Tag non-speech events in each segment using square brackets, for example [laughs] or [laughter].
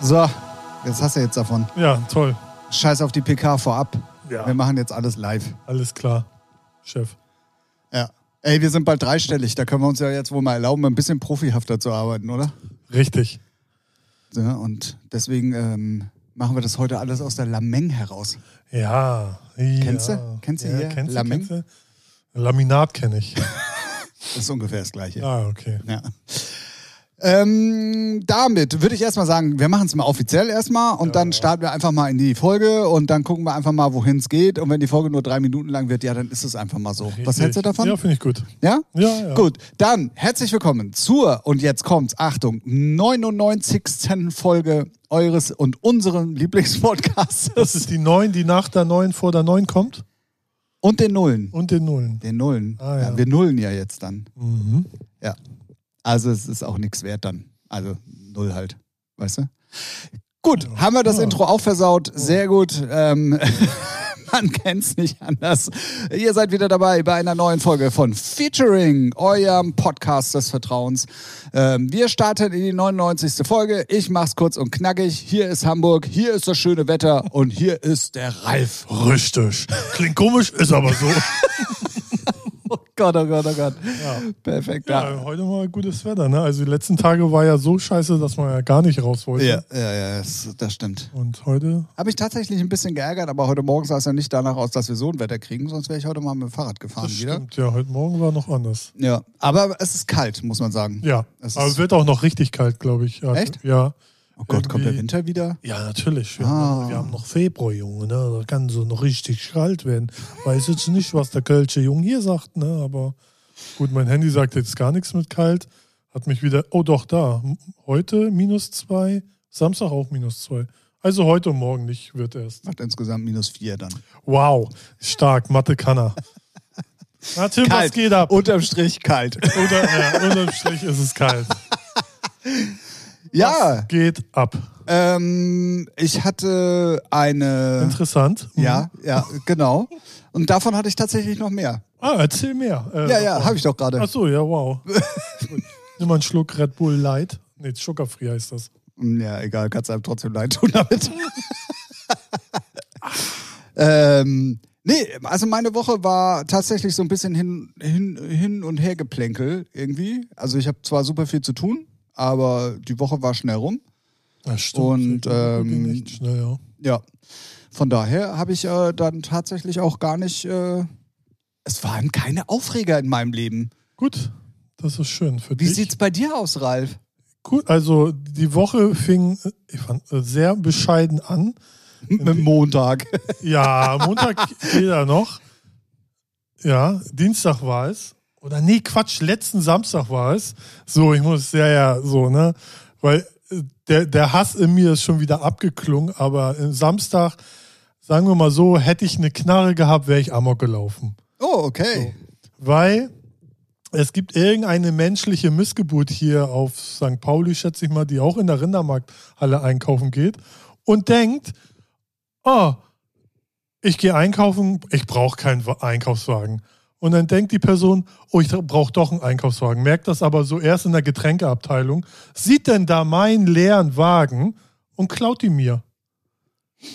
So, das hast du jetzt davon. Ja, toll. Scheiß auf die PK vorab. Ja. Wir machen jetzt alles live. Alles klar, Chef. Ja. Ey, wir sind bald dreistellig. Da können wir uns ja jetzt wohl mal erlauben, ein bisschen profihafter zu arbeiten, oder? Richtig. Ja, und deswegen ähm, machen wir das heute alles aus der Lameng heraus. Ja. ja. Kennst du? Kennst du ja, hier Kennst du, Lameng? kennst du? Laminat [laughs] kenne ich. Das ist ungefähr das Gleiche. ah, okay. Ja. Ähm, damit würde ich erstmal sagen, wir machen es mal offiziell erstmal und dann starten wir einfach mal in die Folge und dann gucken wir einfach mal, wohin es geht. Und wenn die Folge nur drei Minuten lang wird, ja, dann ist es einfach mal so. Was Richtig. hältst du davon? Ja, finde ich gut. Ja? Ja, ja. Gut, dann herzlich willkommen zur, und jetzt kommt's, Achtung, 99. Folge eures und unseren Lieblingspodcasts Das ist die 9, die nach der 9 vor der 9 kommt und den Nullen. und den Nullen. Den Nullen. Ah, ja. ja. wir nullen ja jetzt dann. Mhm. Ja. Also es ist auch nichts wert dann. Also null halt. Weißt du? Gut, haben wir das Intro auch versaut. Sehr gut. Ähm, [laughs] man kennt's nicht anders. Ihr seid wieder dabei bei einer neuen Folge von Featuring, eurem Podcast des Vertrauens. Ähm, wir starten in die 99. Folge. Ich mach's kurz und knackig. Hier ist Hamburg, hier ist das schöne Wetter und hier ist der Ralf. Richtig. Klingt komisch, ist [laughs] aber so. Oh Gott, oh Gott, oh Gott. Ja. Perfekt. Ja, also heute mal gutes Wetter, ne? Also die letzten Tage war ja so scheiße, dass man ja gar nicht raus wollte. ja, ja, ja das, das stimmt. Und heute, Habe ich tatsächlich ein bisschen geärgert, aber heute Morgen sah es ja nicht danach aus, dass wir so ein Wetter kriegen, sonst wäre ich heute mal mit dem Fahrrad gefahren das wieder. stimmt, ja, heute Morgen war noch anders. Ja, aber es ist kalt, muss man sagen. Ja, Es aber ist- wird auch noch richtig kalt, glaube ich. Ja, Echt? Ja. Oh Gott, kommt der Irgendwie- Winter wieder? Ja, natürlich. Wir, Ah. haben, wir haben noch Februar, Junge. Ne? Da kann so noch richtig kalt werden. Weiß jetzt nicht, was der Kölsche Junge hier sagt, ne? aber gut, mein Handy sagt jetzt gar nichts mit kalt. Hat mich wieder, oh doch, da. M- Heute minus zwei, Samstag auch minus zwei. Also heute und morgen nicht, wird erst. Macht insgesamt minus vier dann. Wow, stark, Mathe [laughs] kann er. Na Tim, was geht ab? Unterm Strich kalt. Unter, äh, unterm Strich ist es kalt. [laughs] ja, Geht ab. ähm, ich hatte eine. Interessant. Mhm. Ja, ja, genau. Und davon hatte ich tatsächlich noch mehr. Ah, erzähl mehr. Äh, Ja, ja, davon. habe ich doch gerade. Ach so, ja, [laughs] wow. Gut. Nimm mal einen Schluck Red Bull Light. Nee, Zuckerfree heißt das. Ja, egal, kannst einem trotzdem leid tun damit. [laughs] ähm, nee, also meine Woche war tatsächlich so ein bisschen hin, hin, hin und her geplänkel irgendwie. Also ich habe zwar super viel zu tun, aber die Woche war schnell rum. Das Und, ähm, ging echt schnell, ja. Ja. Von daher habe ich äh, dann tatsächlich auch gar nicht. Äh, es waren keine Aufreger in meinem Leben. Gut, das ist schön für Wie dich. sieht's bei dir aus, Ralf? Gut, also die Woche fing, äh, ich fand, äh, sehr bescheiden an. Mit dem Montag. Ja, Montag jeder noch. Ja, Dienstag war es. Oder nee, Quatsch, letzten Samstag war es. So, ich muss, ja, ja, so, ne? Weil äh, der, der Hass in mir ist schon wieder abgeklungen, aber im Samstag, sagen wir mal so, hätte ich eine Knarre gehabt, wäre ich Amok gelaufen. Oh, okay. Weil es gibt irgendeine menschliche Missgeburt hier auf St. Pauli, schätze ich mal, die auch in der Rindermarkthalle einkaufen geht und denkt, oh, ich gehe einkaufen, ich brauche keinen Wa- Einkaufswagen. Und dann denkt die Person, oh, ich brauche doch einen Einkaufswagen. Merkt das aber so erst in der Getränkeabteilung, sieht denn da meinen leeren Wagen und klaut ihn mir.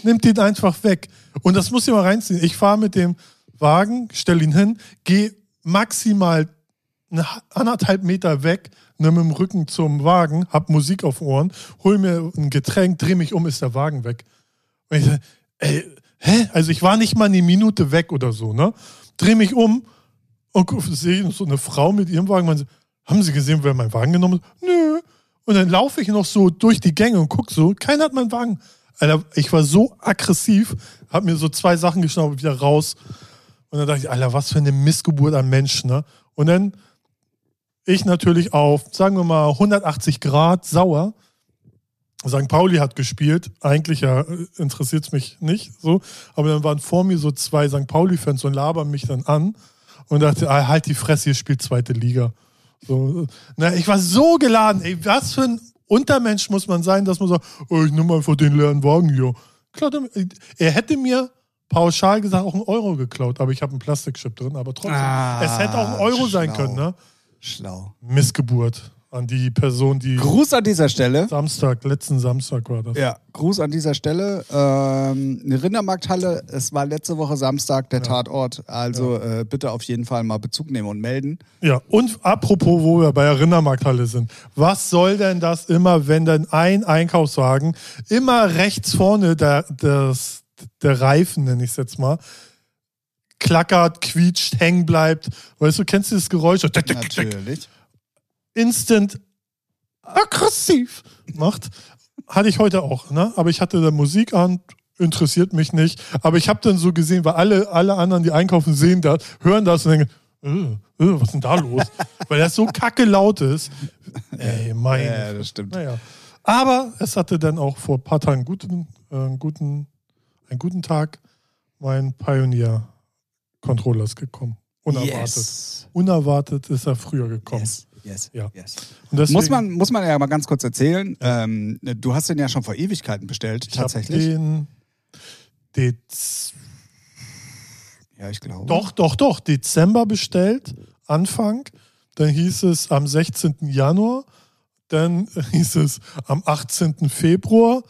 Nimmt den einfach weg. Und das muss ich mal reinziehen. Ich fahre mit dem Wagen, stell ihn hin, gehe maximal eine, ha- anderthalb Meter weg, ne, mit dem Rücken zum Wagen, hab Musik auf Ohren, hol mir ein Getränk, dreh mich um, ist der Wagen weg. Und ich, sag, ey, hä? Also ich war nicht mal eine Minute weg oder so, ne? Dreh mich um und gu- sehe so eine Frau mit ihrem Wagen. Man so, haben Sie gesehen, wer meinen Wagen genommen hat? Nö. Und dann laufe ich noch so durch die Gänge und guck so, keiner hat meinen Wagen. Alter, ich war so aggressiv, hab mir so zwei Sachen geschnappt, wieder raus. Und dann dachte ich, Alter, was für eine Missgeburt an Menschen, ne? Und dann ich natürlich auf, sagen wir mal, 180 Grad sauer. St. Pauli hat gespielt. Eigentlich ja, interessiert es mich nicht so. Aber dann waren vor mir so zwei St. Pauli-Fans und labern mich dann an und dachte, ah, halt die Fresse, ihr spielt zweite Liga. So, na, ich war so geladen. Ey, was für ein Untermensch muss man sein, dass man sagt, oh, ich nehme einfach den leeren Wagen hier. Klaut er mir- Er hätte mir pauschal gesagt auch einen Euro geklaut, aber ich habe einen Plastikchip drin, aber trotzdem. Ah, es hätte auch ein Euro sein schlau. können, ne? Schlau. Missgeburt. an die Person, die Gruß an dieser Stelle. Samstag, letzten Samstag war das. Ja. Gruß an dieser Stelle. Ähm, eine Rindermarkthalle, es war letzte Woche Samstag der Tatort. Also äh, bitte auf jeden Fall mal Bezug nehmen und [laughs] melden. Ja, und apropos, wo wir bei der Rindermarkthalle sind. Was soll denn das immer, wenn denn ein Einkaufswagen immer rechts vorne der, des, der Reifen, nenne ich es jetzt mal, klackert, quietscht, hängen bleibt? Weißt du, kennst du das Geräusch? Tick, tick, tick, Natürlich. instant aggressiv macht. Hatte ich heute auch, ne? Aber ich hatte da Musik an, interessiert mich nicht. Aber ich habe dann so gesehen, weil alle, alle anderen, die einkaufen, sehen das, hören das und denken, äh, äh, was ist denn [laughs] da los? weil das so kacke laut ist. Ey, meine. Ja, das stimmt. Naja. Aber es hatte dann auch vor ein paar Tagen einen guten, äh, einen guten, einen guten Tag mein Pioneer-Controller ist gekommen. Unerwartet. Yes. Unerwartet ist er früher gekommen. Yes. Yes. Ja. yes. Und deswegen- Muss, man, muss man ja mal ganz kurz erzählen. Ähm, du hast den ja schon vor Ewigkeiten bestellt, Ich hab tatsächlich. Den Dez ja, ich glaube. doch, doch, doch, Dezember bestellt, Anfang. Dann hieß es am 16. Januar. Dann [laughs] hieß es am 18. Februar.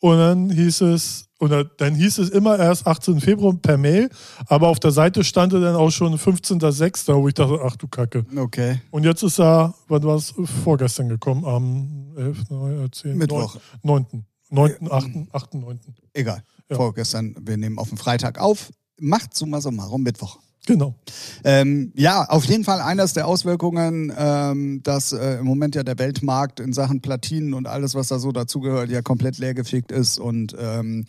Und dann hieß es, oder dann hieß es immer erst 18. Februar per Mail. Aber auf der Seite stand dann auch schon 15.06., wo ich dachte, ach du Kacke. Okay. Und jetzt ist er, wann war es? Vorgestern gekommen, am 11., 9., 10., Mittwoch. 9., 9., 8., 8., 9. Egal. Ja. Vorgestern, wir nehmen auf den Freitag auf. Macht summa summarum Mittwoch. Genau. Ähm, ja, auf jeden Fall eines der Auswirkungen, ähm, dass äh, im Moment ja der Weltmarkt in Sachen Platinen und alles, was da so dazugehört, ja komplett leergefegt ist und ähm,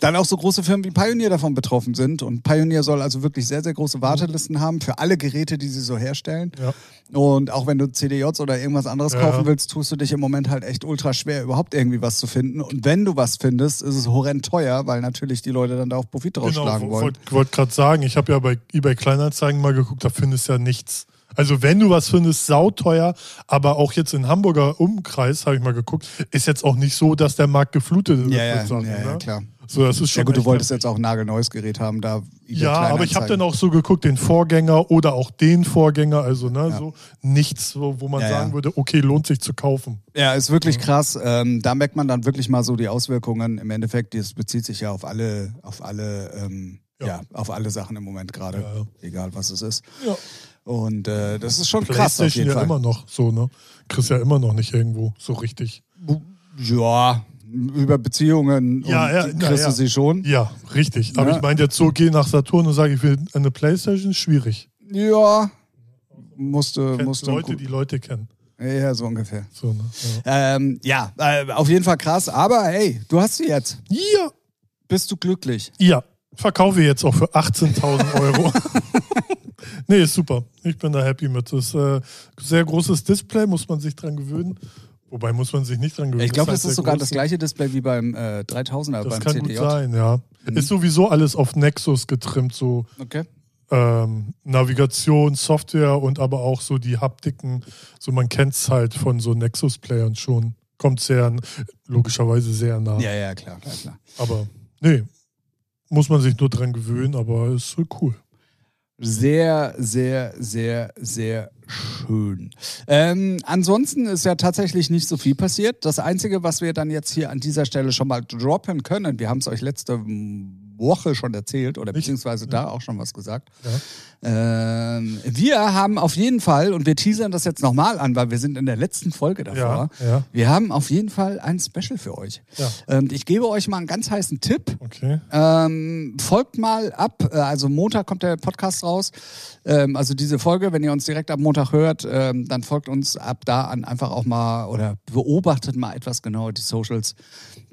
dann auch so große Firmen wie Pioneer davon betroffen sind. Und Pioneer soll also wirklich sehr, sehr große Wartelisten haben für alle Geräte, die sie so herstellen. Ja. Und auch wenn du CDJs oder irgendwas anderes Ja. kaufen willst, tust du dich im Moment halt echt ultra schwer, überhaupt irgendwie was zu finden. Und wenn du was findest, ist es horrend teuer, weil natürlich die Leute dann da auch Profit draus schlagen wollen. wollte Genau, wollt gerade sagen, ich habe ja bei eBay Kleinanzeigen mal geguckt, da findest du ja nichts. Also wenn du was findest, sauteuer, aber auch jetzt in Hamburger Umkreis, habe ich mal geguckt, ist jetzt auch nicht so, dass der Markt geflutet ist. mit Ja, ja, Sachen, ja, ja, ne? klar. So, das ist schon Ja gut, du echt- ne? wolltest jetzt auch ein nagelneues Gerät haben, da eBay Ja, aber ich habe dann Kleinanzeigen. auch so geguckt, den Vorgänger oder auch den Vorgänger, also ne, Ja. so nichts, wo, wo man Ja, ja. sagen würde, okay, lohnt sich zu kaufen. Ja, ist wirklich krass. Ähm, da merkt man dann wirklich mal so die Auswirkungen. Im Endeffekt, das bezieht sich ja auf alle, auf alle, ähm, ja. Ja. auf alle Sachen im Moment gerade, Ja, ja. egal was es ist. Ja. Und äh, das ist schon krass auf Playstation jeden ja Fall. immer noch so, ne? Kriegst ja immer noch nicht irgendwo so richtig. Ja, über Beziehungen Ja, und ja, die na kriegst ja. du sie schon. Ja, richtig. Aber Ja. ich meine jetzt so, geh nach Saturn und sage, ich will eine Playstation, schwierig. Ja, musste, Kennt musste. Leute, die Leute kennen. ja, so ungefähr. So, ne? ja. Ähm, ja, äh, auf jeden Fall krass. Aber hey, du hast sie jetzt. ja, Bist du glücklich? ja. Verkaufe jetzt auch für 18.000 Euro. [laughs] nee, ist super. Ich bin da happy mit. Das ist äh, sehr großes Display, muss man sich dran gewöhnen. Wobei muss man sich nicht dran gewöhnen. Ich glaube, Hm, das halt ist sehr sogar groß. das gleiche Display wie beim äh, 3000er, Das beim kann CDJ. gut sein, ja. Mhm. Ist sowieso alles auf Nexus getrimmt, so Okay. ähm, Navigation, Software und aber auch so die Haptiken. So man kennt es halt von so Nexus-Playern schon. Kommt sehr, n- logischerweise sehr nah. Ja, ja, klar, klar, klar. Aber nee, muss man sich nur dran gewöhnen, aber ist so cool. Sehr, sehr, sehr, sehr schön. Ähm, ansonsten ist ja tatsächlich nicht so viel passiert. Das Einzige, was wir dann jetzt hier an dieser Stelle schon mal droppen können, wir haben es euch letzte Woche schon erzählt oder beziehungsweise da auch schon was gesagt. Ähm, wir haben auf jeden Fall, und wir teasern das jetzt nochmal an, weil wir sind in der letzten Folge davor, Ja, ja. wir haben auf jeden Fall ein Special für euch. Ja. Ähm, ich gebe euch mal einen ganz heißen Tipp. Okay. Ähm, folgt mal ab, äh, also Montag kommt der Podcast raus. Ähm, also diese Folge, wenn ihr uns direkt am Montag hört, ähm, dann folgt uns ab da an einfach auch mal oder beobachtet mal etwas genauer die Socials.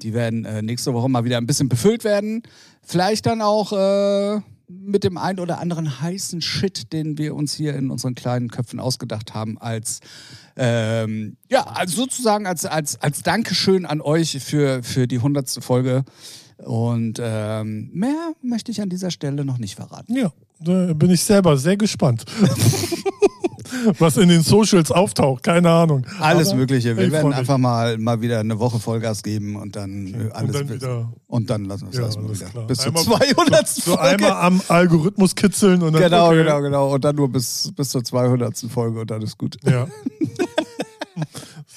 Die werden äh, nächste Woche mal wieder ein bisschen befüllt werden. Vielleicht dann auch äh, mit dem ein oder anderen heißen Shit, den wir uns hier in unseren kleinen Köpfen ausgedacht haben, als ähm, ja, also sozusagen als, als, als Dankeschön an euch für, für die hundertste Folge. Und ähm, mehr möchte ich an dieser Stelle noch nicht verraten. Ja, da bin ich selber sehr gespannt. [laughs] Was in den Socials auftaucht, keine Ahnung. Alles Aber Mögliche. Wir ich freu werden mich. einfach mal, mal wieder eine Woche Vollgas geben und dann äh, alles dann bis- wieder- Und dann lassen wir es Ja, erstmal alles wieder. klar. Bis zur Einmal- 200. So Folge. einmal am Algorithmus kitzeln und dann. Genau, okay. genau, genau. Und dann nur bis, bis zur 200. Folge und dann ist gut. Ja.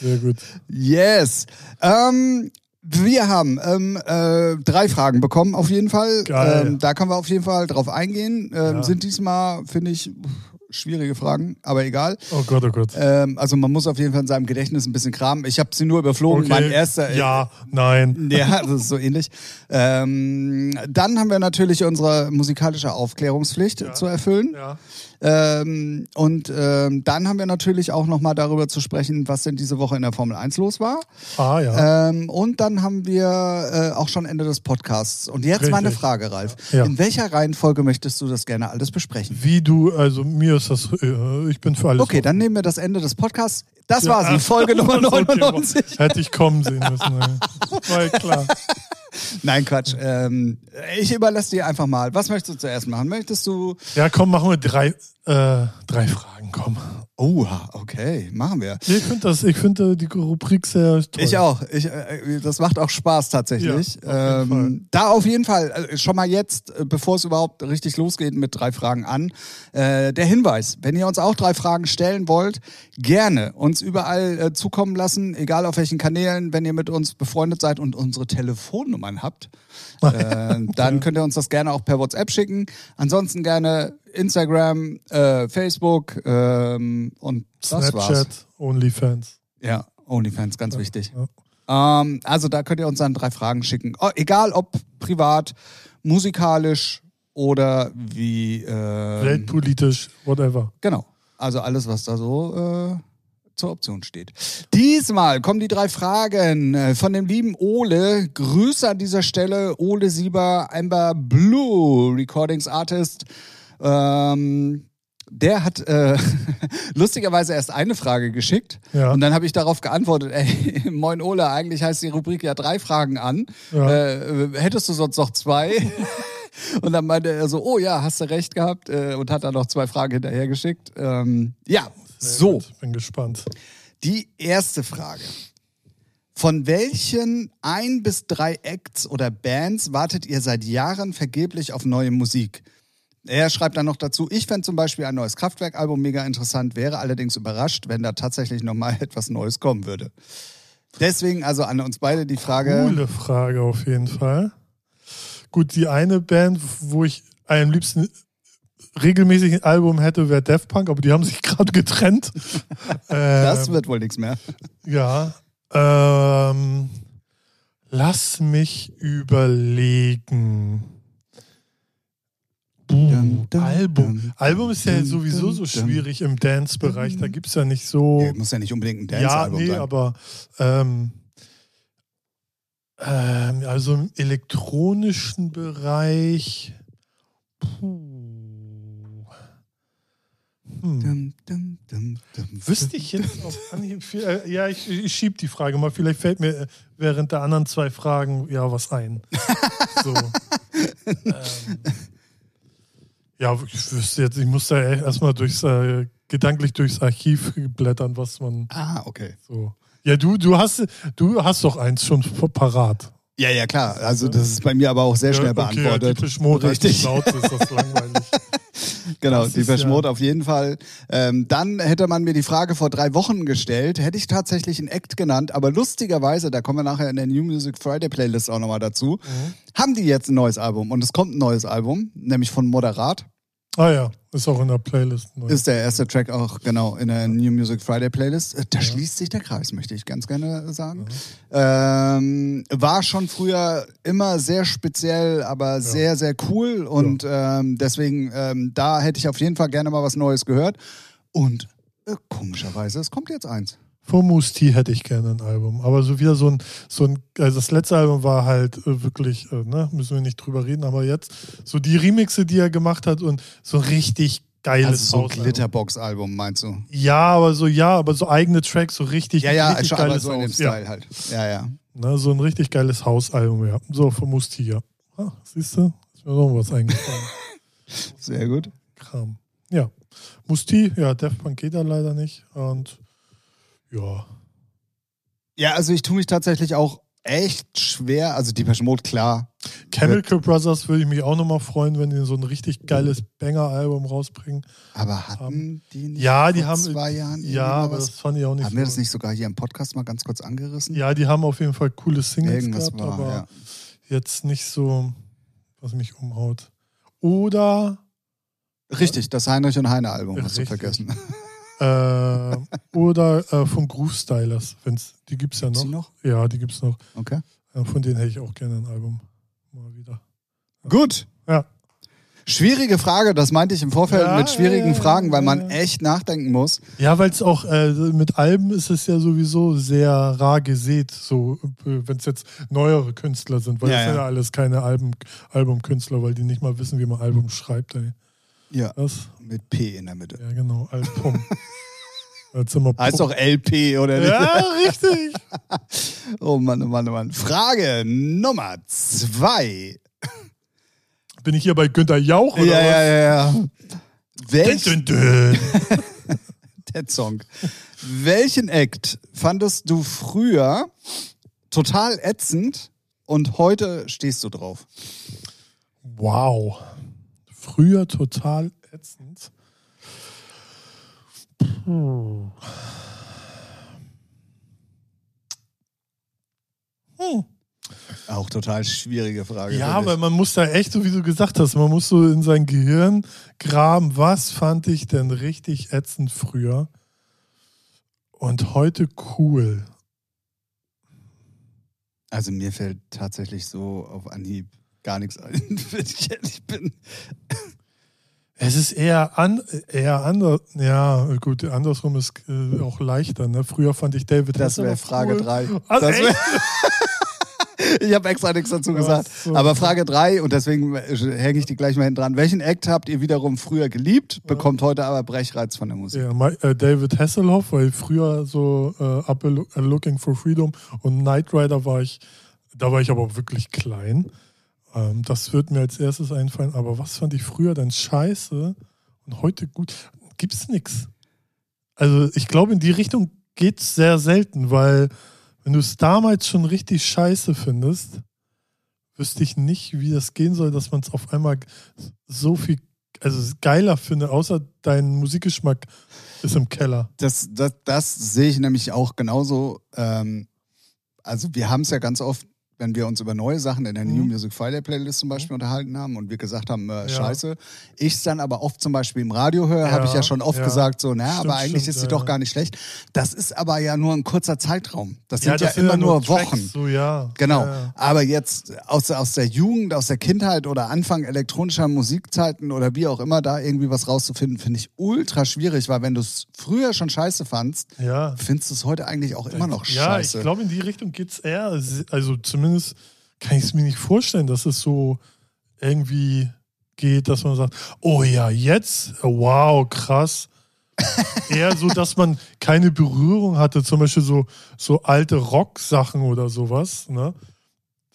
Sehr gut. Yes. Ähm, wir haben ähm, äh, drei Fragen bekommen, auf jeden Fall. Geil. Ähm, da können wir auf jeden Fall drauf eingehen. Ähm, Ja. Sind diesmal, finde ich, schwierige Fragen, aber egal. Oh Gott, oh Gott. Ähm, also man muss auf jeden Fall in seinem Gedächtnis ein bisschen kramen. Ich habe sie nur überflogen. Okay. Mein erster, [laughs] Ja, nein. Ja, das ist so ähnlich. Ähm, dann haben wir natürlich unsere musikalische Aufklärungspflicht zu erfüllen. Ja. Ähm, und ähm, dann haben wir natürlich auch nochmal darüber zu sprechen, was denn diese Woche in der Formel 1 los war. Ah, ja. Ähm, und dann haben wir äh, auch schon Ende des Podcasts. Und jetzt meine Richtig. Frage, Ralf. Ja. In welcher Reihenfolge möchtest du das gerne alles besprechen? Wie du, also mir ist das, äh, ich bin für alles. Okay, dann nehmen wir das Ende des Podcasts. Das Ja, war sie, ach, [laughs] Folge Nummer okay, wow. 99. Hätte ich kommen sehen müssen. ey. War ja klar. Nein, Quatsch. Ähm, ich überlasse dir einfach mal. Was möchtest du zuerst machen? Möchtest du. Ja, komm, machen wir drei, äh, drei Fragen, komm. Oha, okay, machen wir. Ich finde das, ich finde die Rubrik sehr toll. Ich auch. Ich, äh, das macht auch Spaß tatsächlich. Ja, auf jeden ähm, da auf jeden Fall, äh, schon mal jetzt, äh, bevor es überhaupt richtig losgeht mit drei Fragen an, äh, der Hinweis, wenn ihr uns auch drei Fragen stellen wollt, gerne uns überall äh, zukommen lassen, egal auf welchen Kanälen, wenn ihr mit uns befreundet seid und unsere Telefonnummern habt, [laughs] äh, dann könnt ihr uns das gerne auch per WhatsApp schicken. Ansonsten gerne Instagram, äh, Facebook ähm, und das war's. Snapchat, OnlyFans. Ja, OnlyFans, ganz wichtig. ja. Ähm, also da könnt ihr uns dann drei Fragen schicken. Oh, egal ob privat, musikalisch oder wie. ähm, Weltpolitisch, whatever. genau. Also alles, was da so äh, zur Option steht. Diesmal kommen die drei Fragen äh, von dem lieben Ole. Grüße an dieser Stelle, Ole Sieber, Amber Blue, Recordings Artist. Ähm, der hat äh, [laughs] lustigerweise erst eine Frage geschickt Ja. und dann habe ich darauf geantwortet, ey, [laughs] moin Ole, eigentlich heißt die Rubrik ja drei Fragen an. Ja. Äh, äh, hättest du sonst noch zwei? und dann meinte er so, oh ja, hast du recht gehabt äh, und hat dann noch zwei Fragen hinterher geschickt. Ähm, ja, so. Ich bin gespannt. Die erste Frage. Von welchen ein bis drei Acts oder Bands wartet ihr seit Jahren vergeblich auf neue Musik? Er schreibt dann noch dazu, ich fände zum Beispiel ein neues Kraftwerk-Album mega interessant, wäre allerdings überrascht, wenn da tatsächlich nochmal [laughs] etwas Neues kommen würde. Deswegen also an uns beide die Frage, Coole Frage auf jeden Fall. Gut, die eine Band, wo ich am liebsten regelmäßig ein Album hätte, wäre Daft Punk, aber die haben sich [laughs] gerade getrennt. [laughs] das Ähm, wird wohl nichts mehr. Ja. Ähm, lass mich überlegen. Boom. Dum, dum, Album. dum, Album ist ja dum, sowieso dum, so dum. schwierig im Dance-Bereich. Da gibt es ja nicht so. Ja, muss ja nicht unbedingt ein Ja, Dance-Album nee, sein. aber ähm, ähm, also im elektronischen Bereich. Puh. Hm. Dum, dum, dum, dum. Wüsste ich jetzt auf Anhieb [laughs] viel, äh, ja, ich, ich schieb die Frage mal. Vielleicht fällt mir äh, während der anderen zwei Fragen ja was ein. So. ähm, ja, ich wüsste jetzt, ich muss da erstmal durchs, äh, gedanklich durchs Archiv [laughs] blättern, was man Ah, okay. so. Ja, du, du hast du hast doch eins schon vor- parat. Ja, ja, klar. Also das ist bei mir aber auch sehr schnell ja, okay, Ja, beantwortet. typisch Mode, Richtig. Schnauze ist das langweilig. Genau, Das die ist ja- verschmort auf jeden Fall. Ähm, dann hätte man mir die Frage vor drei Wochen gestellt, hätte ich tatsächlich einen Act genannt, aber lustigerweise, da kommen wir nachher in der New Music Friday Playlist auch nochmal dazu, Mhm. haben die jetzt ein neues Album und es kommt ein neues Album, nämlich von Moderat. Ah ja, ist auch in der Playlist. Neu. Ist der erste Track auch genau in der New Music Friday Playlist. Äh, Da schließt sich der Kreis, möchte ich ganz gerne sagen. Ähm, war schon früher immer sehr speziell, aber sehr, sehr cool. Und ähm, deswegen, ähm, da hätte ich auf jeden Fall gerne mal was Neues gehört. Und äh, komischerweise, es kommt jetzt eins. Von Moose T hätte ich gerne ein Album. Aber so wieder so ein, so ein, also das letzte Album war halt äh, wirklich, äh, ne, müssen wir nicht drüber reden, aber jetzt so die Remixe, die er gemacht hat und so ein richtig geiles Also so ein House-Album. Glitterbox-Album, meinst du? Ja, aber so, ja, aber so eigene Tracks, so richtig, Ja, [laughs] ja, richtig schon, aber geiles so in dem House. Ja. Style halt. Ja, ja. Ne, so ein richtig geiles Hausalbum, ja. So, von Musti, ja. Ah, siehst du? Ist mir noch [laughs] was eingefallen. Sehr gut. Kram. Ja. Musti, ja, Def Punk geht da leider nicht. Und ja. Ja, also ich tue mich tatsächlich auch echt schwer. Also die Mode, klar. Chemical Brothers würde ich mich auch nochmal freuen, wenn die so ein richtig geiles Banger-Album rausbringen. Aber hatten die nicht Ähm, Ja, die vor haben. zwei Jahren irgendwie ja, mal aber was? das fand ich auch nicht Haben wir das nicht sogar hier im Podcast mal ganz kurz angerissen? Ja, die haben auf jeden Fall coole Singles Irgendwas gehabt, war, aber ja. jetzt nicht so, was mich umhaut. Oder, Richtig, das Heinrich und Heine Album hast du Richtig. vergessen. äh, oder äh, von Groove Stylers, wenn's, die gibt's ja Gibt's die noch. noch? Ja, die gibt's noch. Okay. Äh, von denen hätte ich auch gerne ein Album. Mal wieder. Gut. Ja. Schwierige Frage, das meinte ich im Vorfeld Ja, mit schwierigen ja, ja, Fragen, weil ja, man ja. echt nachdenken muss. Ja, weil es auch äh, mit Alben ist es ja sowieso sehr rar gesät, so wenn es jetzt neuere Künstler sind, weil Ja, das sind ja. ja alles keine Alben, Albumkünstler, weil die nicht mal wissen, wie man Album schreibt. Ey. Ja, Das, mit P in der Mitte. ja genau, Album. [laughs] Jetzt sind wir Heißt Ah, doch LP oder nicht? Ja, richtig. [laughs] Oh Mann, oh Mann, oh Mann. Frage Nummer zwei. Bin ich hier bei Günter Jauch oder ja, was? ja, ja, ja. Dün, Welch, dün, dün. der Song. Welchen Act fandest du früher total ätzend und heute stehst du drauf? Wow. Früher total ätzend. Hm. Hm. Auch total schwierige Frage. Ja, finde aber man muss da echt, so wie du gesagt hast, man muss so in sein Gehirn graben, was fand ich denn richtig ätzend früher und heute cool. ich. Also mir fällt tatsächlich so auf Anhieb gar nichts ein, [laughs] wenn ich ehrlich bin. Es ist eher, an, eher anders. Ja, gut, andersrum ist äh, auch leichter. Ne? Früher fand ich David Das Hasselhoff wäre Frage cool. Also drei. Ach, das [laughs] echt? ich habe extra nichts dazu Ach gesagt. so. Aber Frage drei und deswegen äh, hänge ich die gleich mal hinten dran. Welchen Act habt ihr wiederum früher geliebt, bekommt heute aber Brechreiz von der Musik? Ja, Ma- äh, David Hasselhoff, weil früher so äh, Up a Lo- a Looking for Freedom und Knight Rider war ich, da war ich aber auch wirklich klein. Ähm, das wird mir als erstes einfallen. Aber was fand ich früher dann scheiße und heute gut? Gibt's nix. Also ich glaube, in die Richtung geht's sehr selten, weil wenn du es damals schon richtig scheiße findest, wüsste ich nicht, wie das gehen soll, dass man es auf einmal so viel also es geiler finde, außer dein Musikgeschmack ist im Keller. Das, das, das sehe ich nämlich auch genauso. Ähm, also wir haben es ja ganz oft, wenn wir uns über neue Sachen in der New Mhm. Music Friday Playlist zum Beispiel unterhalten haben und wir gesagt haben, äh, Ja. scheiße. Ich es dann aber oft zum Beispiel im Radio höre, habe ich ja Ja, schon oft ja. gesagt, so, naja, Stimmt, aber eigentlich stimmt, ist sie ja, doch ja. gar nicht schlecht. Das ist aber ja nur ein kurzer Zeitraum. Das sind ja, das immer nur Tracks, Wochen. So, ja. Genau. Ja, ja. Aber jetzt aus, aus der Jugend, aus der Kindheit oder Anfang elektronischer Musikzeiten oder wie auch immer, da irgendwie was rauszufinden, finde ich ultra schwierig, weil wenn du es früher schon scheiße fandst, ja. findest du es heute eigentlich auch immer noch Ja, scheiße. ich glaube, in die Richtung geht es eher. Also zumindest kann ich es mir nicht vorstellen, dass es so irgendwie geht, dass man sagt, oh ja, jetzt, wow, krass. eher so, dass man keine Berührung hatte, zum Beispiel so, so alte Rock-Sachen oder sowas. Ne?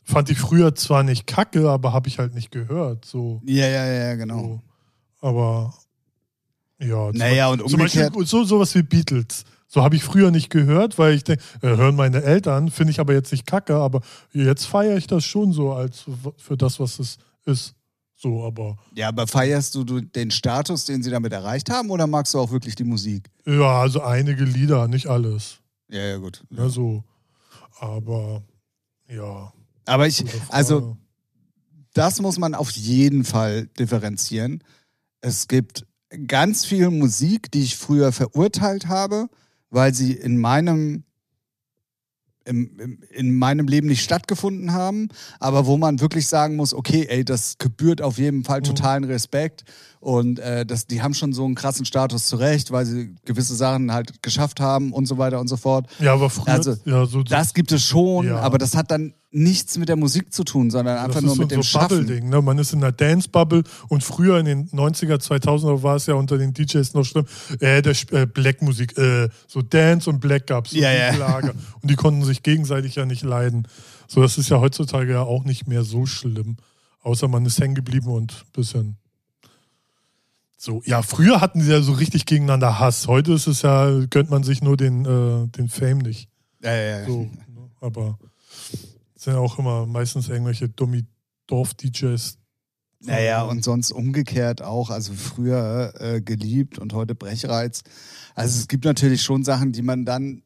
Fand ich früher zwar nicht kacke, aber habe ich halt nicht gehört. So. ja, ja, ja, genau. So. Aber ja, Oh, zum Naja, Beispiel- und zum Beispiel umgekehrt- so sowas wie Beatles. So habe ich früher nicht gehört, weil ich denke, äh, hören meine Eltern, finde ich aber jetzt nicht kacke, aber jetzt feiere ich das schon so als w- für das, was es ist. So, aber Ja, aber feierst du, du den Status, den sie damit erreicht haben, oder magst du auch wirklich die Musik? ja, also einige Lieder, nicht alles. Ja, ja, gut. Ne, so. Aber ja. Aber ich, gute Frage. also das muss man auf jeden Fall differenzieren. Es gibt ganz viel Musik, die ich früher verurteilt habe, weil sie in meinem im, im, in meinem Leben nicht stattgefunden haben, aber wo man wirklich sagen muss, okay, ey, das gebührt auf jeden Fall totalen Respekt und äh, das, die haben schon so einen krassen Status zurecht, weil sie gewisse Sachen halt geschafft haben und so weiter und so fort. ja, aber früher, also, ja, so, Das gibt es schon, Ja. aber das hat dann nichts mit der Musik zu tun, sondern einfach das nur ist mit so dem so Schaffen. Bubble-Ding. Ne? Man ist in einer Dance-Bubble und früher in den 90er, 2000er war es ja unter den DJs noch schlimm. Äh, der Sp- äh, Black-Musik, äh, so Dance und Black gab es. Ja, ja. [laughs] Lager. Und die konnten sich gegenseitig ja nicht leiden. So, das ist ja heutzutage ja auch nicht mehr so schlimm. Außer man ist hängen geblieben und ein bisschen. So, ja, früher hatten sie ja so richtig gegeneinander Hass. Heute ist es ja, gönnt man sich nur den, äh, den Fame nicht. Ja, ja, ja. So, ne? aber es sind ja auch immer meistens irgendwelche dummi, Dorf-DJs. Naja, und sonst umgekehrt auch. Also früher äh, geliebt und heute Brechreiz. Also es gibt natürlich schon Sachen, die man dann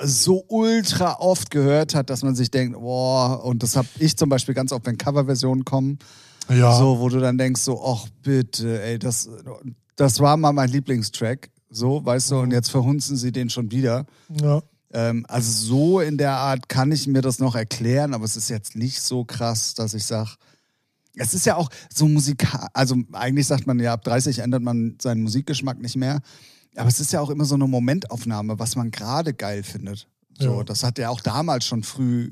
so ultra oft gehört hat, dass man sich denkt, boah, und das habe ich zum Beispiel ganz oft, wenn Coverversionen kommen, Ja. so, wo du dann denkst, so, ach bitte, ey, das, das war mal mein Lieblingstrack, so, weißt Mhm. du, und jetzt verhunzen sie den schon wieder. ja. Ähm, also so in der Art kann ich mir das noch erklären, aber es ist jetzt nicht so krass, dass ich sage, es ist ja auch so musikal, also eigentlich sagt man ja, ab 30 ändert man seinen Musikgeschmack nicht mehr, aber es ist ja auch immer so eine Momentaufnahme, was man gerade geil findet. So, Ja. Das hat er auch damals schon früh,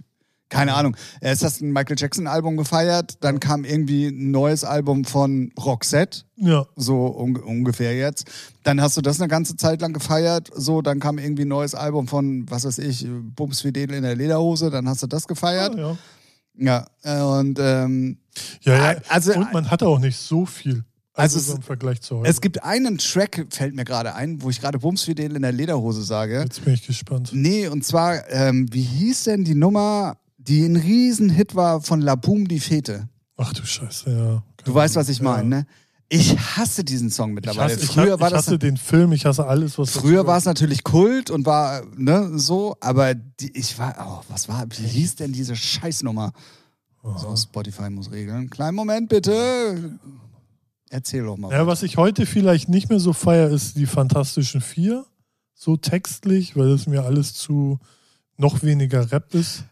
keine Ahnung, erst hast du ein Michael Jackson-Album gefeiert, dann kam irgendwie ein neues Album von Roxette Ja. so un ungefähr jetzt. Dann hast du das eine ganze Zeit lang gefeiert, so, dann kam irgendwie ein neues Album von, was weiß ich, Bums Fidel in der Lederhose, dann hast du das Ja, gefeiert. Ah, ja. Ja, äh, und ähm, ja, ja. Also- und man hatte auch nicht so viel. Also Also, es- so im Vergleich zu heute. es gibt einen Track, fällt mir gerade ein, wo ich gerade Bums Fidel in der Lederhose sage. Jetzt bin ich gespannt. Nee, und zwar, ähm, wie hieß denn die Nummer, die ein Riesenhit war von La Boom die Fete? Ach du Scheiße, ja. Du weißt, was ich Ja. meine, ne? Ich hasse diesen Song Ich mittlerweile. hasse, ich, Früher hasse, war ich das hasse den Film, ich hasse alles, was Früher war es natürlich Kult und war ne, so, aber die, ich war, oh, was war, wie hieß denn diese Scheißnummer? Oh. So, Spotify muss regeln. Kleinen Moment bitte. Erzähl doch mal. Ja, was ich heute vielleicht nicht mehr so feier, ist die Fantastischen Vier. So textlich, weil das mir alles zu noch weniger Rap ist.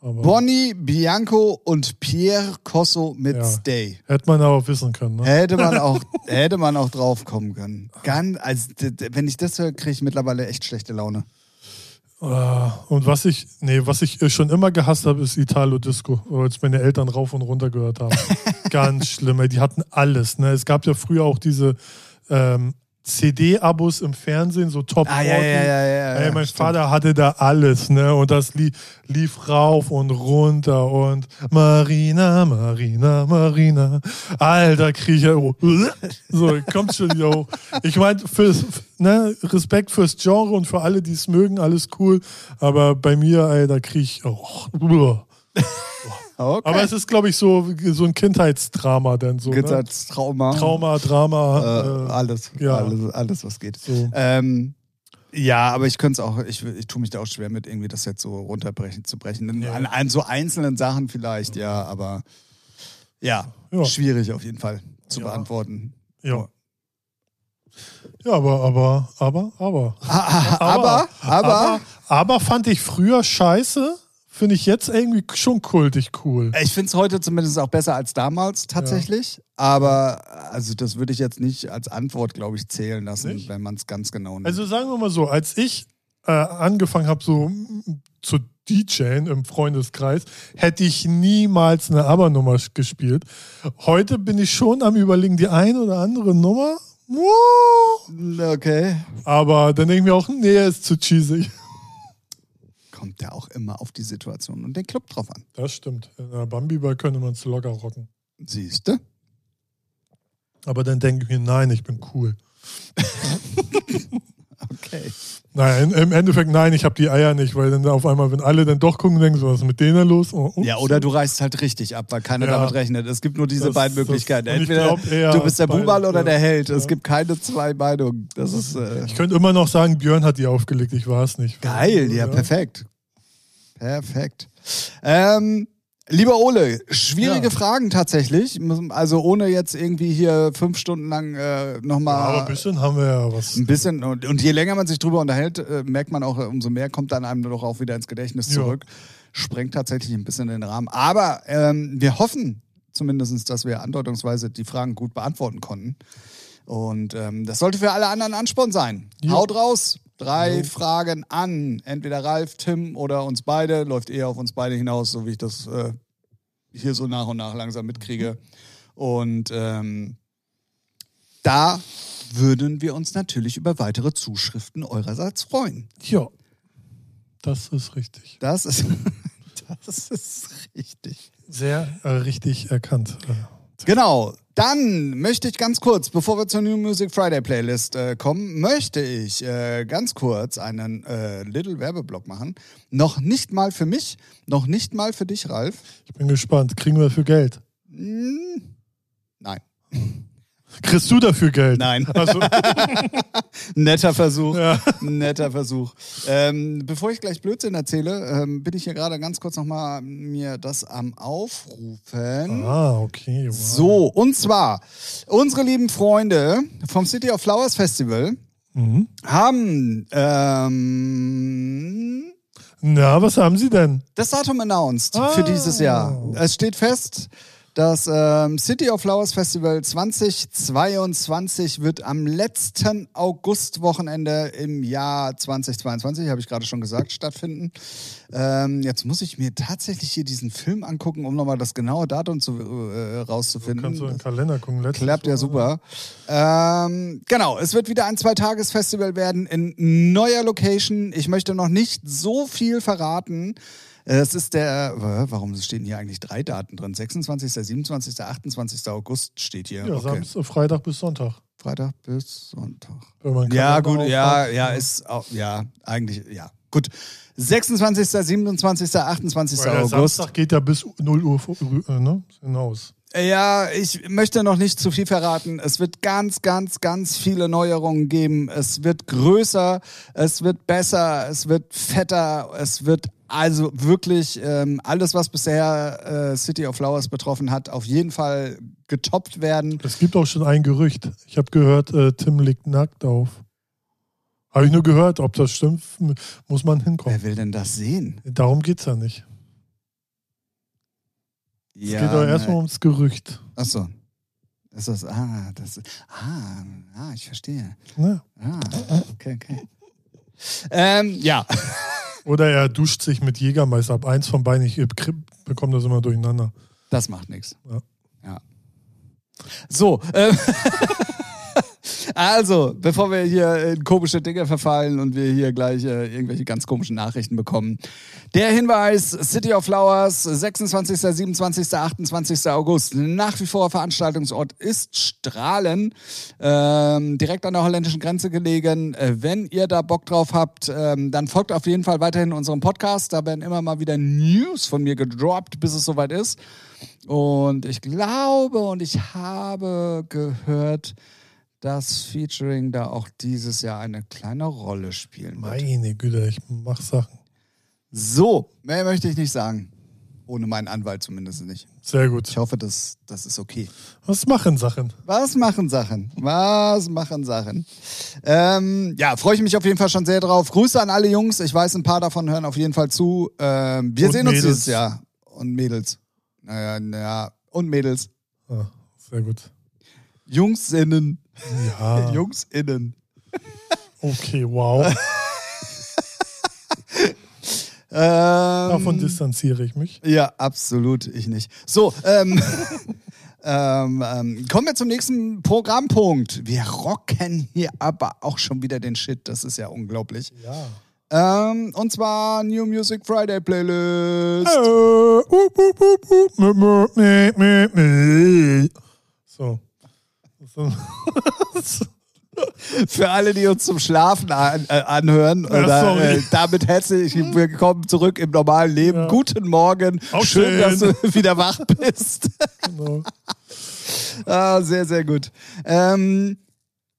Aber Bonnie, Bianco und Pierre Cosso mit Ja. Stay. hätte man aber wissen können. Ne? Hätte man auch, hätte man auch drauf kommen können. Ganz, also, d- d- wenn ich das höre, kriege ich mittlerweile echt schlechte Laune. Ah, Und was ich, nee, was ich äh, schon immer gehasst habe, ist Italo Disco, als meine Eltern rauf und runter gehört haben. Ganz schlimm, ey. die hatten alles. Ne? Es gab ja früher auch diese ähm, CD-Abos im Fernsehen, so Top 40. Ah, ja. Ey, mein Vater hatte da alles, ne? Und das lief, lief rauf und runter und Marina, Marina, Marina. Alter, Kriecher. Oh. [laughs] So, kommt schon wieder hoch. Ich meine, fürs, ne, Respekt fürs Genre und für alle, die es mögen, alles cool. Aber bei mir, ey, da krieg ich auch. Okay. Aber es ist, glaube ich, so, so ein Kindheitsdrama, denn so. Geht's Ne? als Trauma. Trauma, Äh, Drama. Äh, alles, ja. alles, alles, was geht. so. Ähm, ja, aber ich könnte es auch, ich, ich tue mich da auch schwer mit, irgendwie das jetzt so runterbrechen zu brechen. In- Ja. An, an so einzelnen Sachen vielleicht, ja, aber ja, Ja. schwierig auf jeden Fall zu Ja. beantworten. Ja. Ja, aber, aber, aber, [laughs] aber. Ah, ah, Aber, aber, aber, aber fand ich früher scheiße, finde ich jetzt irgendwie schon kultig cool. ich finde es heute zumindest auch besser als damals tatsächlich. Aber also das würde ich jetzt nicht als Antwort, glaube ich, zählen lassen, Nicht? wenn man es ganz genau nimmt. Also sagen wir mal so, als ich äh, angefangen habe, so mm, zu DJen im Freundeskreis, hätte ich niemals eine Aber-Nummer gespielt. Heute bin ich schon am überlegen, die ein oder andere Nummer. uh, okay. Aber dann denke ich mir auch, nee, ist zu cheesy. Kommt ja auch immer auf die Situation und den Club drauf an. Das stimmt. In einer Bambi-Bar könnte man es locker rocken. Siehste? Aber dann denke ich mir, nein, ich bin cool. Okay. Naja, in, im Endeffekt nein, ich habe die Eier nicht, weil dann auf einmal, wenn alle dann doch gucken, denken, so, was ist mit denen los? Oh, ups. Ja, oder du reißt halt richtig ab, weil keiner Ja. damit rechnet. Es gibt nur diese Das- beiden das- Möglichkeiten. und ich Entweder glaub eher du bist der beides, Bubal oder ja. der Held. Es Ja. gibt keine zwei Meinungen. Das ist äh, Ich könnte immer noch sagen, Björn hat die aufgelegt, ich war es nicht. geil. Ja, perfekt. Perfekt. Ähm, lieber Ole, schwierige Ja. Fragen tatsächlich. Also ohne jetzt irgendwie hier fünf Stunden lang äh, Ja, aber ein nochmal bisschen haben wir ja was. ein bisschen. Und, und je länger man sich drüber unterhält, äh, merkt man auch, äh, umso mehr kommt dann einem doch auch wieder ins Gedächtnis Ja. zurück. Sprengt tatsächlich ein bisschen den Rahmen. Aber ähm, wir hoffen zumindest, dass wir andeutungsweise die Fragen gut beantworten konnten. Und ähm, das sollte für alle anderen Ansporn sein. Ja. Haut raus! Drei Jo. Fragen an. Entweder Ralf, Tim oder uns beide. Läuft eher auf uns beide hinaus, so wie ich das äh, hier so nach und nach langsam mitkriege. Und ähm, da würden wir uns natürlich über weitere Zuschriften eurerseits freuen. Ja, das ist richtig. Das ist, [laughs] das ist richtig. Sehr äh, richtig erkannt. Äh, Genau. Dann möchte ich ganz kurz, bevor wir zur New Music Friday Playlist äh, kommen, möchte ich äh, ganz kurz einen äh, Little Werbeblock machen. Noch nicht mal für mich, noch nicht mal für dich, Ralf. Ich bin gespannt, kriegen wir für Geld? Hm, Nein. Kriegst du dafür Geld? Nein. [laughs] Also, Netter Versuch. ja. Netter Versuch. Ähm, bevor ich gleich Blödsinn erzähle, ähm, bin ich hier gerade ganz kurz nochmal mir das am Aufrufen. Ah, okay. Wow. So, und zwar, unsere lieben Freunde vom City of Flowers Festival Mhm. haben ähm, Na, was haben sie denn? das Datum announced für Ah. dieses Jahr. Es steht fest, das ähm, City of Flowers Festival 2022 wird am letzten Augustwochenende im Jahr 2022, habe ich gerade schon gesagt, stattfinden. Ähm, jetzt muss ich mir tatsächlich hier diesen Film angucken, um nochmal das genaue Datum zu, äh, rauszufinden. Kannst du in den Kalender gucken? Letztes Klappt ja Mal. super. Ähm, genau, es wird wieder ein Zweitages-Festival werden in neuer Location. Ich möchte noch nicht so viel verraten. Es ist der, äh, warum stehen hier eigentlich drei Daten drin? 26., 27., 28. August steht hier. Ja, okay. Samstag, Freitag bis Sonntag. Freitag bis Sonntag. Wenn man Ja, Kalender gut, ja, aufmacht. ja, ist, auch, ja, eigentlich, ja, gut. 26., 27., 28. Weil der August. Samstag geht ja bis 0 Uhr vor- äh, ne? hinaus. Ja, ich möchte noch nicht zu viel verraten. Es wird ganz, ganz, ganz viele Neuerungen geben. Es wird größer, es wird besser, es wird fetter, es wird also wirklich ähm, alles, was bisher äh, City of Flowers betroffen hat, auf jeden Fall getoppt werden. Es gibt auch schon ein Gerücht. Ich habe gehört, äh, Tim liegt nackt auf. Habe ich nur gehört. Ob das stimmt, m- muss man hinkommen. Wer will denn das sehen? Darum geht es ja nicht. Es geht doch um erstmal ums Gerücht. Achso. ne. Ist das, ah, das, ah, ah, ich verstehe. Ne? Ah, okay, okay. Ähm, ja. Oder er duscht sich mit Jägermeister ab. Eins von beiden. Ich äh, krie- bekomme das immer durcheinander. Das macht nichts. Ja. Ja. So. Ähm, [laughs] also, bevor wir hier in komische Dinge verfallen und wir hier gleich äh, irgendwelche ganz komischen Nachrichten bekommen. Der Hinweis, City of Flowers, 26., 27., 28. August. Nach wie vor Veranstaltungsort ist Strahlen, ähm, direkt an der holländischen Grenze gelegen. Äh, wenn ihr da Bock drauf habt, ähm, dann folgt auf jeden Fall weiterhin unserem Podcast. Da werden immer mal wieder News von mir gedroppt, bis es soweit ist. Und ich glaube und ich habe gehört, dass Featuring da auch dieses Jahr eine kleine Rolle spielen wird. Meine Güte, ich mache Sachen. So, mehr möchte ich nicht sagen. Ohne meinen Anwalt zumindest nicht. Sehr gut. Ich hoffe, das, das ist okay. Was machen Sachen? Was machen Sachen? Was machen Sachen? Ähm, ja, freue ich mich auf jeden Fall schon sehr drauf. Grüße an alle Jungs. Ich weiß, ein paar davon hören auf jeden Fall zu. Ähm, wir Und sehen uns Mädels. dieses Jahr. Und Mädels. Naja, naja. Und Mädels. Ah, sehr gut. Jungsinnen. [laughs] Ja. Jungsinnen. Okay, wow. Ähm, Davon distanziere ich mich. Ja, absolut, ich nicht. So, ähm, [laughs] ähm, ähm, kommen wir zum nächsten Programmpunkt. Wir rocken hier aber auch schon wieder den Shit, das ist ja unglaublich. Ja. Ähm, und zwar New Music Friday Playlist. So. So. Für alle, die uns zum Schlafen an, äh, anhören. Ja, Oder, sorry. äh, damit herzlich willkommen zurück im normalen Leben. Ja. Guten Morgen. Schön, Aufstehen. dass du [laughs] wieder wach bist. Genau. [laughs] ah, sehr, sehr gut. Ähm,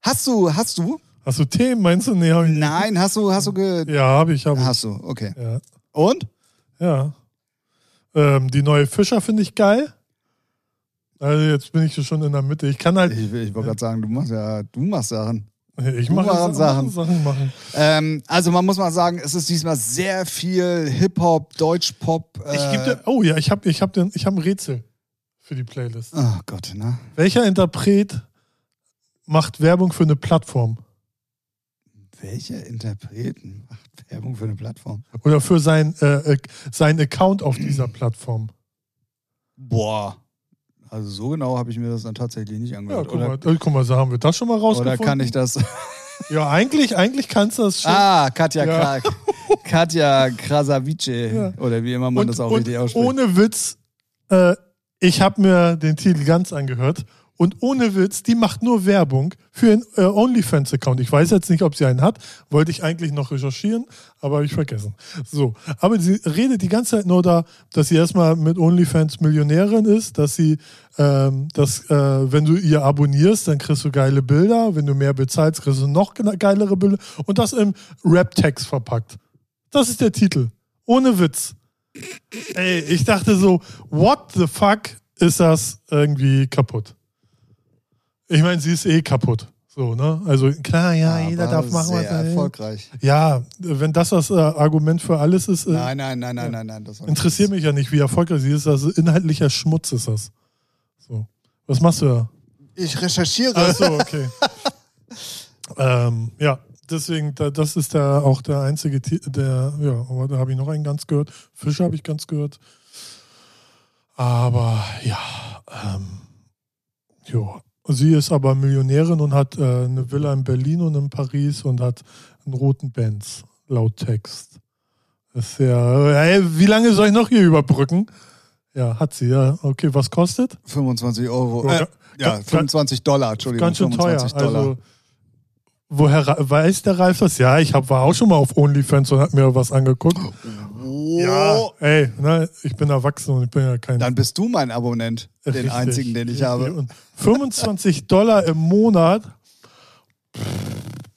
hast du, hast du? Hast du Themen, meinst du? Nee, hab ich nicht. Nein, hast du, hast du ge Ja, habe ich, habe ich. Hast du, okay. Ja. Und? ja. Ähm, die neue Fischer finde ich geil. Also jetzt bin ich schon in der Mitte. Ich kann halt, Ich, ich wollte gerade sagen, du machst ja, du machst Sachen. ich mache machst Sachen. Sachen machen. Ähm, also man muss mal sagen, es ist diesmal sehr viel Hip-Hop, Deutsch-Pop. Äh, Ich geb dir, oh ja, ich habe ich hab den- ich hab ein Rätsel für die Playlist. Oh Gott, ne? Welcher Interpret macht Werbung für eine Plattform Welche Interpreten macht Werbung für eine Plattform? oder für sein, äh, äh, seinen Account auf dieser Plattform? Boah. Also so genau habe ich mir das dann tatsächlich nicht Ja, angehört. guck mal, äh, guck mal, so haben wir das schon mal oder, oder rausgefunden. kann ich das? Ja, eigentlich, eigentlich kannst du das schon. [laughs] Ah, Katja Ja. Krak. Katja Krasavice. Ja. Oder wie immer man und, das auch und richtig ausspricht. ohne Witz, äh, ich habe mir den Titel ganz angehört Und ohne Witz, die macht nur Werbung für einen äh, OnlyFans-Account. Ich weiß jetzt nicht, ob sie einen hat. Wollte ich eigentlich noch recherchieren, aber habe ich vergessen. So, aber sie redet die ganze Zeit nur da, dass sie erstmal mit OnlyFans Millionärin ist, dass sie, ähm, dass äh, wenn du ihr abonnierst, dann kriegst du geile Bilder. Wenn du mehr bezahlst, kriegst du noch ge- geilere Bilder. Und das im Rap-Text verpackt. Das ist der Titel. Ohne Witz. Ey, ich dachte so, what the fuck ist das irgendwie kaputt? Ich meine, sie ist eh kaputt. So, ne? Also klar, ja, jeder darf machen, was sehr er will. erfolgreich. Ja, wenn das das äh, Argument für alles ist, äh, Nein, nein, nein, nein, nein, nein. Das war interessiert mich ja nicht, wie erfolgreich sie ist. Also inhaltlicher Schmutz ist das. So. Was machst du da? Ich recherchiere. Achso, okay. ähm, ja, deswegen, da, das ist da auch der einzige, Ti- der, ja, aber da habe ich noch einen ganz gehört. Fische habe ich ganz gehört. Aber ja, ähm, jo. Sie ist aber Millionärin und hat äh, eine Villa in Berlin und in Paris und hat einen roten Benz, laut Text. Das ist ja, hey, wie lange soll ich noch hier überbrücken? Ja, hat sie, ja. Okay, was kostet? 25 Euro. Ja, Äh, ja, ga- 25 Dollar, Entschuldigung. ganz schön teuer. 25 Dollar. Also, woher Ra- weiß der Ralf das? Ja, ich hab, war auch schon mal auf OnlyFans und hab mir was angeguckt. Oh. Ja, ey, ne, ich bin erwachsen und ich bin ja kein. Dann bist du mein Abonnent. Den Richtig. einzigen, den ich habe. Und 25 Dollar im Monat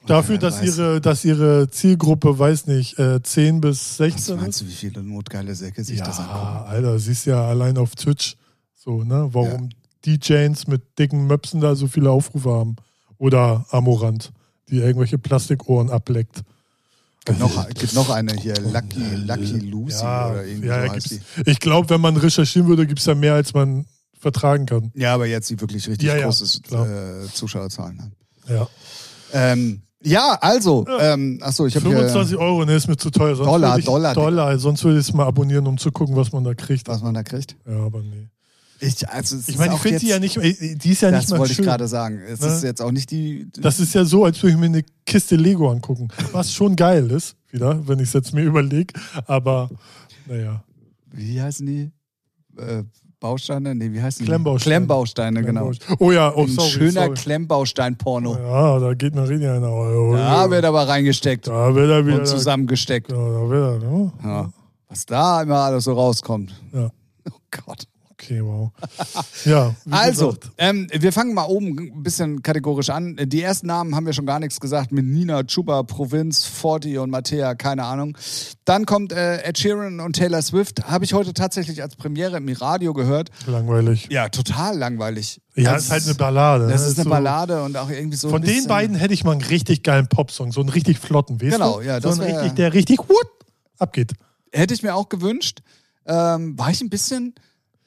dafür, Ja, dass weiß. ihre, dass ihre Zielgruppe, weiß nicht, äh, 10 bis Was 16 meinst ist. du, wie viele notgeile Säcke sich Ja, das angucken? Alter, siehst ja allein auf Twitch so, ne? Warum DJs mit dicken Möpsen da so viele Aufrufe haben. Oder Amorant, die irgendwelche Plastikohren ableckt. Gibt noch, gibt noch eine hier, Lucky, Lucky Lucy oder irgendwie ja, so heißt gibt's- die. Ich glaube, wenn man recherchieren würde, gibt es da mehr, als man vertragen kann. Ja, aber jetzt die wirklich richtig Ja, ja, großes klar. äh, Zuschauerzahlen haben. Ja. Ähm, ja, also, Ja. ähm, achso, ich habe hier, 25 Euro, ne, ist mir zu teuer. Sonst Dollar, würde ich, Dollar, Dollar. Sonst würde ich es mal abonnieren, um zu gucken, was man da kriegt. was man da kriegt. Ja, aber nee. Ich, also, es Ich ist meine, ich auch finde jetzt, sie ja nicht, äh, die ist ja das nicht mal wollte ich schön. gerade sagen. Es Ne? ist jetzt auch nicht die, Das ist ja so, als würde ich mir eine Kiste Lego angucken. Was schon geil ist, wieder, wenn ich es jetzt mir überlege. Aber naja, wie heißen die? Äh, Bausteine? Nee, wie heißen die? Klemmbausteine. Klemmbausteine, genau. Oh ja, oh, Ein sorry. schöner sorry. Klemmbaustein-Porno. Ja, da geht mir richtig einer. Oh, Da wird aber reingesteckt da wird er wieder. und zusammengesteckt. Ja, da wird er, ne? Ja. Was da immer alles so rauskommt. Ja. [laughs] Oh Gott. Okay, wow. Ja. wie Also, gesagt, ähm, wir fangen mal oben ein bisschen kategorisch an. Die ersten Namen haben wir schon gar nichts gesagt mit Nina, Chuba, Provinz, Forti und Mattea, keine Ahnung. Dann kommt äh, Ed Sheeran und Taylor Swift. Habe ich heute tatsächlich als Premiere im Radio gehört. langweilig. Ja, total langweilig. Ja, Das ist halt eine Ballade. ne? Das ist eine so- Ballade und auch irgendwie so. ein Von den bisschen- beiden hätte ich mal einen richtig geilen Popsong, so einen richtig flotten, weißt Genau, du? ja, so das einen wär- richtig, der richtig what, abgeht. Hätte ich mir auch gewünscht. Ähm, war ich ein bisschen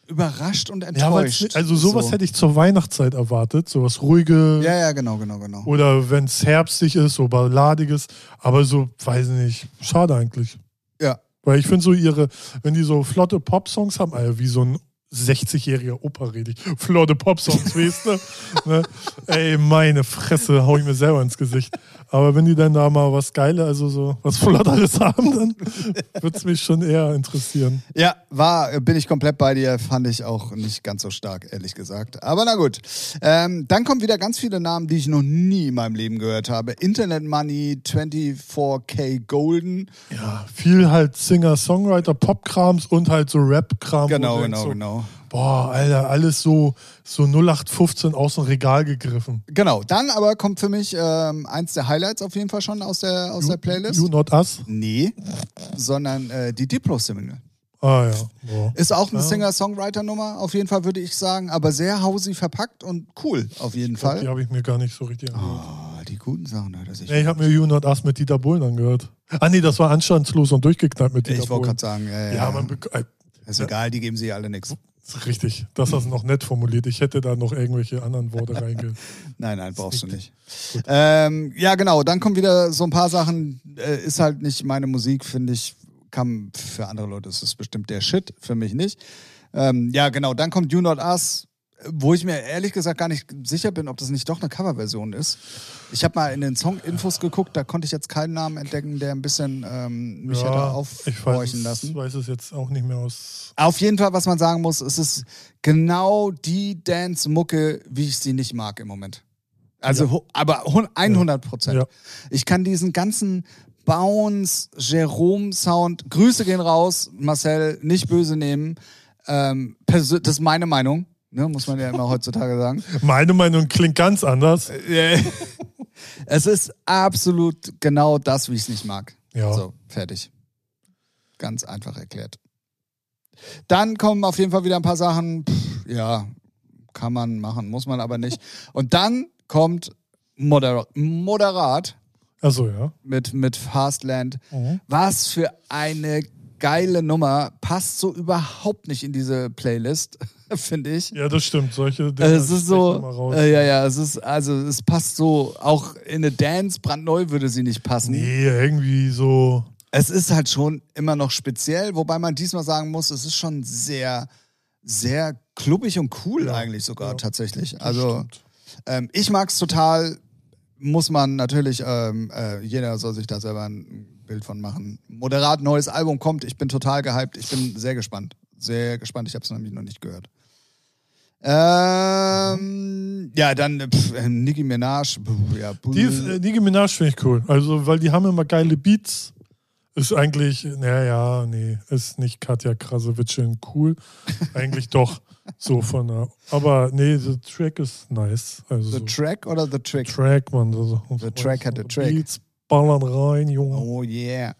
überrascht und Ja, weil's enttäuscht. nicht- also sowas So. hätte ich zur Weihnachtszeit erwartet, sowas ruhige Ja, ja, genau, genau, genau. oder wenn es herbstig ist, so balladiges, aber so, weiß nicht, schade eigentlich. Ja. Weil ich finde so ihre, wenn die so flotte Popsongs haben, Alter, wie so ein 60-jähriger Opa rede ich. [laughs] [laughs] Flotte Popsongs, weißt du? ne? Ey, meine Fresse, hau ich mir selber ins Gesicht. Aber wenn die dann da mal was Geiles, also so was Flotteres [laughs] haben, dann würde es mich schon eher interessieren. Ja, war, bin ich komplett bei dir, fand ich auch nicht ganz so stark, ehrlich gesagt. Aber na gut. Ähm, dann kommen wieder ganz viele Namen, die ich noch nie in meinem Leben gehört habe. Internet Money, 24K Golden. Ja, viel halt Singer, Songwriter, Popkrams und halt so Rap-Kram. wo Genau, du denkst genau, so, genau. Boah, Alter, alles so, so 0815 aus dem Regal gegriffen. Genau, dann aber kommt für mich ähm, eins der Highlights auf jeden Fall schon aus der, aus der Playlist. You Not Us? Nee, sondern äh, die Diplo-Single. Ah ja. Boah. Ist auch eine Ja. Singer-Songwriter-Nummer, auf jeden Fall würde ich sagen, aber sehr hausig verpackt und cool, auf jeden Die Fall. habe ich mir gar nicht so richtig angehört. Ah, die guten Sachen, hört er sich. Nee, ich habe mir You Not Us mit Dieter Bohlen angehört. Ah nee, das war anstandslos und durchgeknallt mit Dieter Ich wollte Bohlen. gerade sagen, ja, ja. Ja, man bek- äh, Ist egal, die geben sich alle nichts. ist richtig. Das hast du noch nett formuliert. Ich hätte da noch irgendwelche anderen Worte reinge. Nein, nein, brauchst du nicht. Gut. Ähm, ja, genau, dann kommen wieder so ein paar Sachen. Äh, ist halt nicht meine Musik, finde ich. Kann, für andere Leute ist es bestimmt der Shit, für mich nicht. Ähm, ja, genau, dann kommt You Not Us, wo ich mir ehrlich gesagt gar nicht sicher bin, ob das nicht doch eine Coverversion ist. Ich habe mal in den Song-Infos geguckt, da konnte ich jetzt keinen Namen entdecken, der ein bisschen ähm, [laughs] mich hätte ich weiß, aufhorchen es- lassen. weiß es jetzt auch nicht mehr aus. Auf jeden Fall, was man sagen muss, es ist genau die Dance-Mucke, wie ich sie nicht mag im Moment. Also, hu- aber hun- 100 Prozent. Ja. Ich kann diesen ganzen Bounce, Jerome-Sound, Grüße gehen raus, Marcel, nicht böse nehmen. Ähm, persö- das ist meine Meinung, ne, muss man ja immer heutzutage sagen. Meine Meinung klingt ganz anders. [laughs] es ist absolut genau das, wie ich es nicht mag. Ja. So, fertig. Ganz einfach erklärt. Dann kommen auf jeden Fall wieder ein paar Sachen, pff, ja, kann man machen, muss man aber nicht. Und dann kommt Moder Moderat Also ja. mit, mit Fastland. Mhm. Was für eine geile Nummer. Passt so überhaupt nicht in diese Playlist, [laughs] finde ich. Ja, das stimmt. Solche Dinge Äh, Es ist stechen immer so, raus. ne? äh, ja, ja, es ist, also es passt so, auch in eine Dance, brandneu würde sie nicht passen. Nee, irgendwie so. Es ist halt schon immer noch speziell, wobei man diesmal sagen muss, es ist schon sehr, sehr klubbig und cool Ja, eigentlich sogar ja, tatsächlich. das Also stimmt. ähm, ich mag es total, muss man natürlich, ähm, äh, jeder soll sich da selber ein Bild von machen. Moderat neues Album kommt, ich bin total gehypt, ich bin sehr gespannt. Sehr gespannt, ich habe es nämlich noch nicht gehört. Ähm, ja, dann äh, pff, äh, Nicki Minaj. pff, Ja, Die ist, äh, Nicki Minaj finde ich cool. Also, weil die haben immer geile Beats. Ist eigentlich, naja, nee, ist nicht Katja Krasowitschin cool. [laughs] Eigentlich doch so von der. Aber nee, the track ist nice. Also the so Track oder The Trick? Track, man. So, so- The track hat a track. Beats ballern rein, Junge. Oh yeah.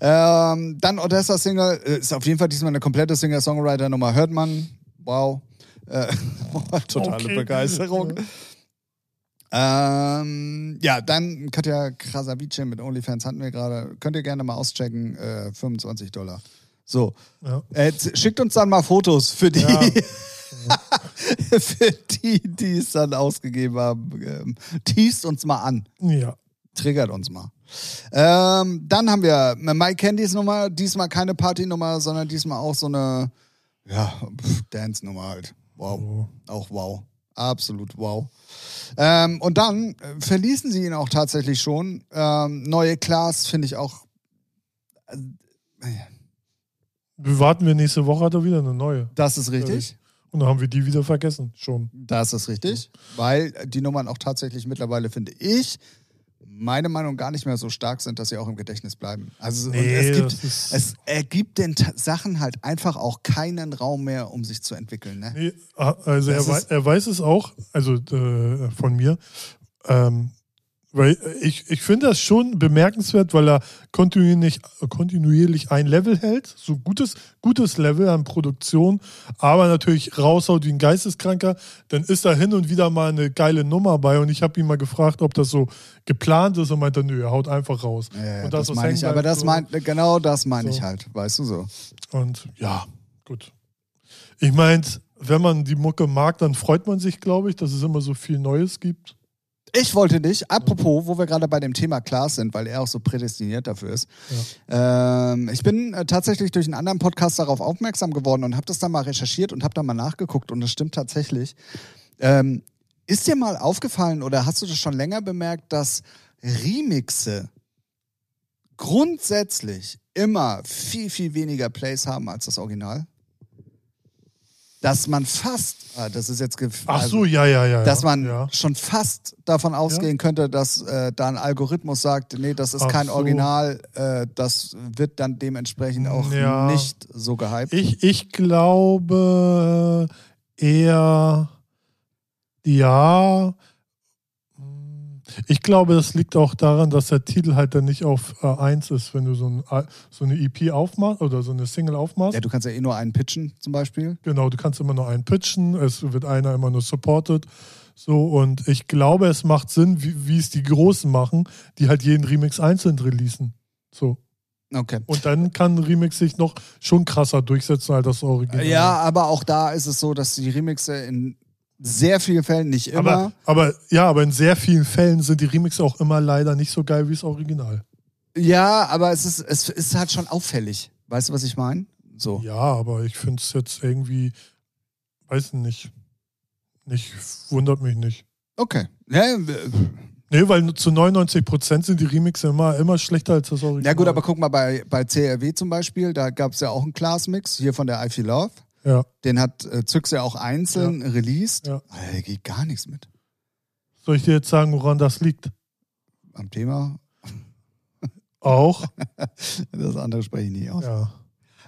Ähm, dann Odessa Single äh, ist auf jeden Fall diesmal eine komplette Singer-Songwriter-Nummer. Hört man. Wow. Äh, [laughs] totale Okay. Begeisterung. Ähm, ja, dann Katja Krasavice mit OnlyFans hatten wir gerade. Könnt ihr gerne mal auschecken. Äh, 25 Dollar. So. Ja. Äh, z- schickt uns dann mal Fotos für die, Ja. [laughs] für die, die es dann ausgegeben haben. Ähm, teast uns mal an ja. triggert uns mal. Ähm, dann haben wir My Candies Nummer, diesmal keine Partynummer, sondern diesmal auch so eine ja, pf, Dance-Nummer halt. Wow. Oh. Auch wow. Absolut wow. Ähm, und dann äh, verließen sie ihn auch tatsächlich schon. Ähm, neue Class finde ich auch. Warten wir nächste Woche, hat er wieder eine neue. Das ist richtig. Und dann haben wir die wieder vergessen. Schon. Das ist richtig. Weil die Nummern auch tatsächlich mittlerweile, finde ich, meine Meinung gar nicht mehr so stark sind, dass sie auch im Gedächtnis bleiben. Also und es gibt, das ist- Es ergibt den Ta- Sachen halt einfach auch keinen Raum mehr, um sich zu entwickeln. Ne? Nee, ah, also er, Das wei ist- er weiß es auch, also äh, von mir. Ähm, weil äh, ich, ich finde das schon bemerkenswert, weil er kontinuierlich, kontinuierlich ein Level hält, so gutes, gutes Level an Produktion, aber natürlich raushaut wie ein Geisteskranker. Dann ist da hin und wieder mal eine geile Nummer bei und ich habe ihn mal gefragt, ob das so geplant ist und meinte, nö, er haut einfach raus. Ja, und Äh, das was meine hängen ich, bleibt, aber das halt so. meint, genau das meine So. ich halt, weißt du so. Und ja, gut. Ich meine, wenn man die Mucke mag, dann freut man sich, glaube ich, dass es immer so viel Neues gibt. Ich wollte dich, apropos, wo wir gerade bei dem Thema Klaas sind, weil er auch so prädestiniert dafür ist. Ähm, ich bin äh, tatsächlich durch einen anderen Podcast darauf aufmerksam geworden und habe das dann mal recherchiert und habe dann mal nachgeguckt und das stimmt tatsächlich. Ähm, ist dir mal aufgefallen oder hast du das schon länger bemerkt, dass Remixe grundsätzlich immer viel, viel weniger Plays haben als das Original? Dass man fast, ah, das ist jetzt gef- Ach also- so, ja, ja, ja. dass man ja. schon fast davon ausgehen könnte, dass äh, da ein Algorithmus sagt, nee, das ist Ach kein so. Mm, Original, äh, das wird dann dementsprechend auch Ja. nicht so gehypt. Ich, ich glaube eher, ja. Ich glaube, das liegt auch daran, dass der Titel halt dann nicht auf äh, 1 ist, wenn du so, ein, Al- so eine EP aufmachst oder so eine Single aufmachst. ja, du kannst ja eh nur einen pitchen zum Beispiel. Genau, du kannst immer nur einen pitchen, es wird einer immer nur supported. So, und ich glaube, es macht Sinn, wie, wie es die Großen machen, die halt jeden Remix einzeln releasen. So. Okay. Und dann kann ein Remix sich noch schon krasser durchsetzen als das Original. Ja, aber auch da ist es so, dass die Remixe in sehr vielen Fällen nicht immer. aber, aber ja, aber in sehr vielen Fällen sind die Remixe auch immer leider nicht so geil wie das Original. ja, aber es ist, es ist halt schon auffällig. Weißt du, was ich meine? So. Ja, aber ich finde es jetzt irgendwie, weiß nicht. Nicht, wundert mich nicht. Okay. Ja, äh, Nee, weil zu 99% sind die Remixe immer, immer schlechter als das Original. Ja gut, aber guck mal bei, bei CRW zum Beispiel, da gab es ja auch einen Class-Mix hier von der I Feel Love. Ja, Den hat äh, Zyx ja auch einzeln released. Ja. Alter, da geht gar nichts mit soll ich dir jetzt sagen, woran das liegt? am Thema. Auch? Das andere spreche ich nicht aus. Ja, ja.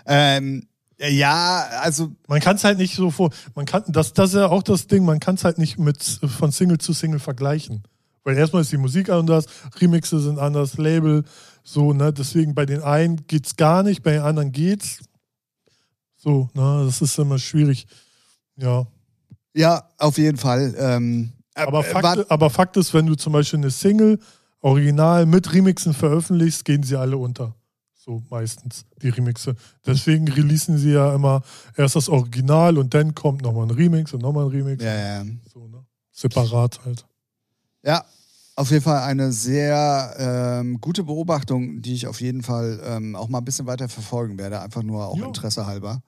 ähm, ja also Man kann es halt nicht so vor. Man kann, das, das ist ja auch das Ding, man kann es halt nicht mit von Single zu Single vergleichen. Weil erstmal ist die Musik anders, Remixe sind anders, Label, so, ne? Deswegen bei den einen geht's gar nicht, bei den anderen geht's. So, ne, das ist immer schwierig. Ja. ja, auf jeden Fall. Ähm, Aber äh, war- Fakt, aber Fakt ist, wenn du zum Beispiel eine Single original mit Remixen veröffentlichst, gehen sie alle unter. So meistens, die Remixe. Deswegen releasen sie ja immer erst das Original und dann kommt nochmal ein Remix und nochmal ein Remix. ja, ja. So, ne? Separat halt. ja, auf jeden Fall eine sehr ähm, gute Beobachtung, die ich auf jeden Fall ähm, auch mal ein bisschen weiter verfolgen werde, einfach nur auch Ja. Interesse halber.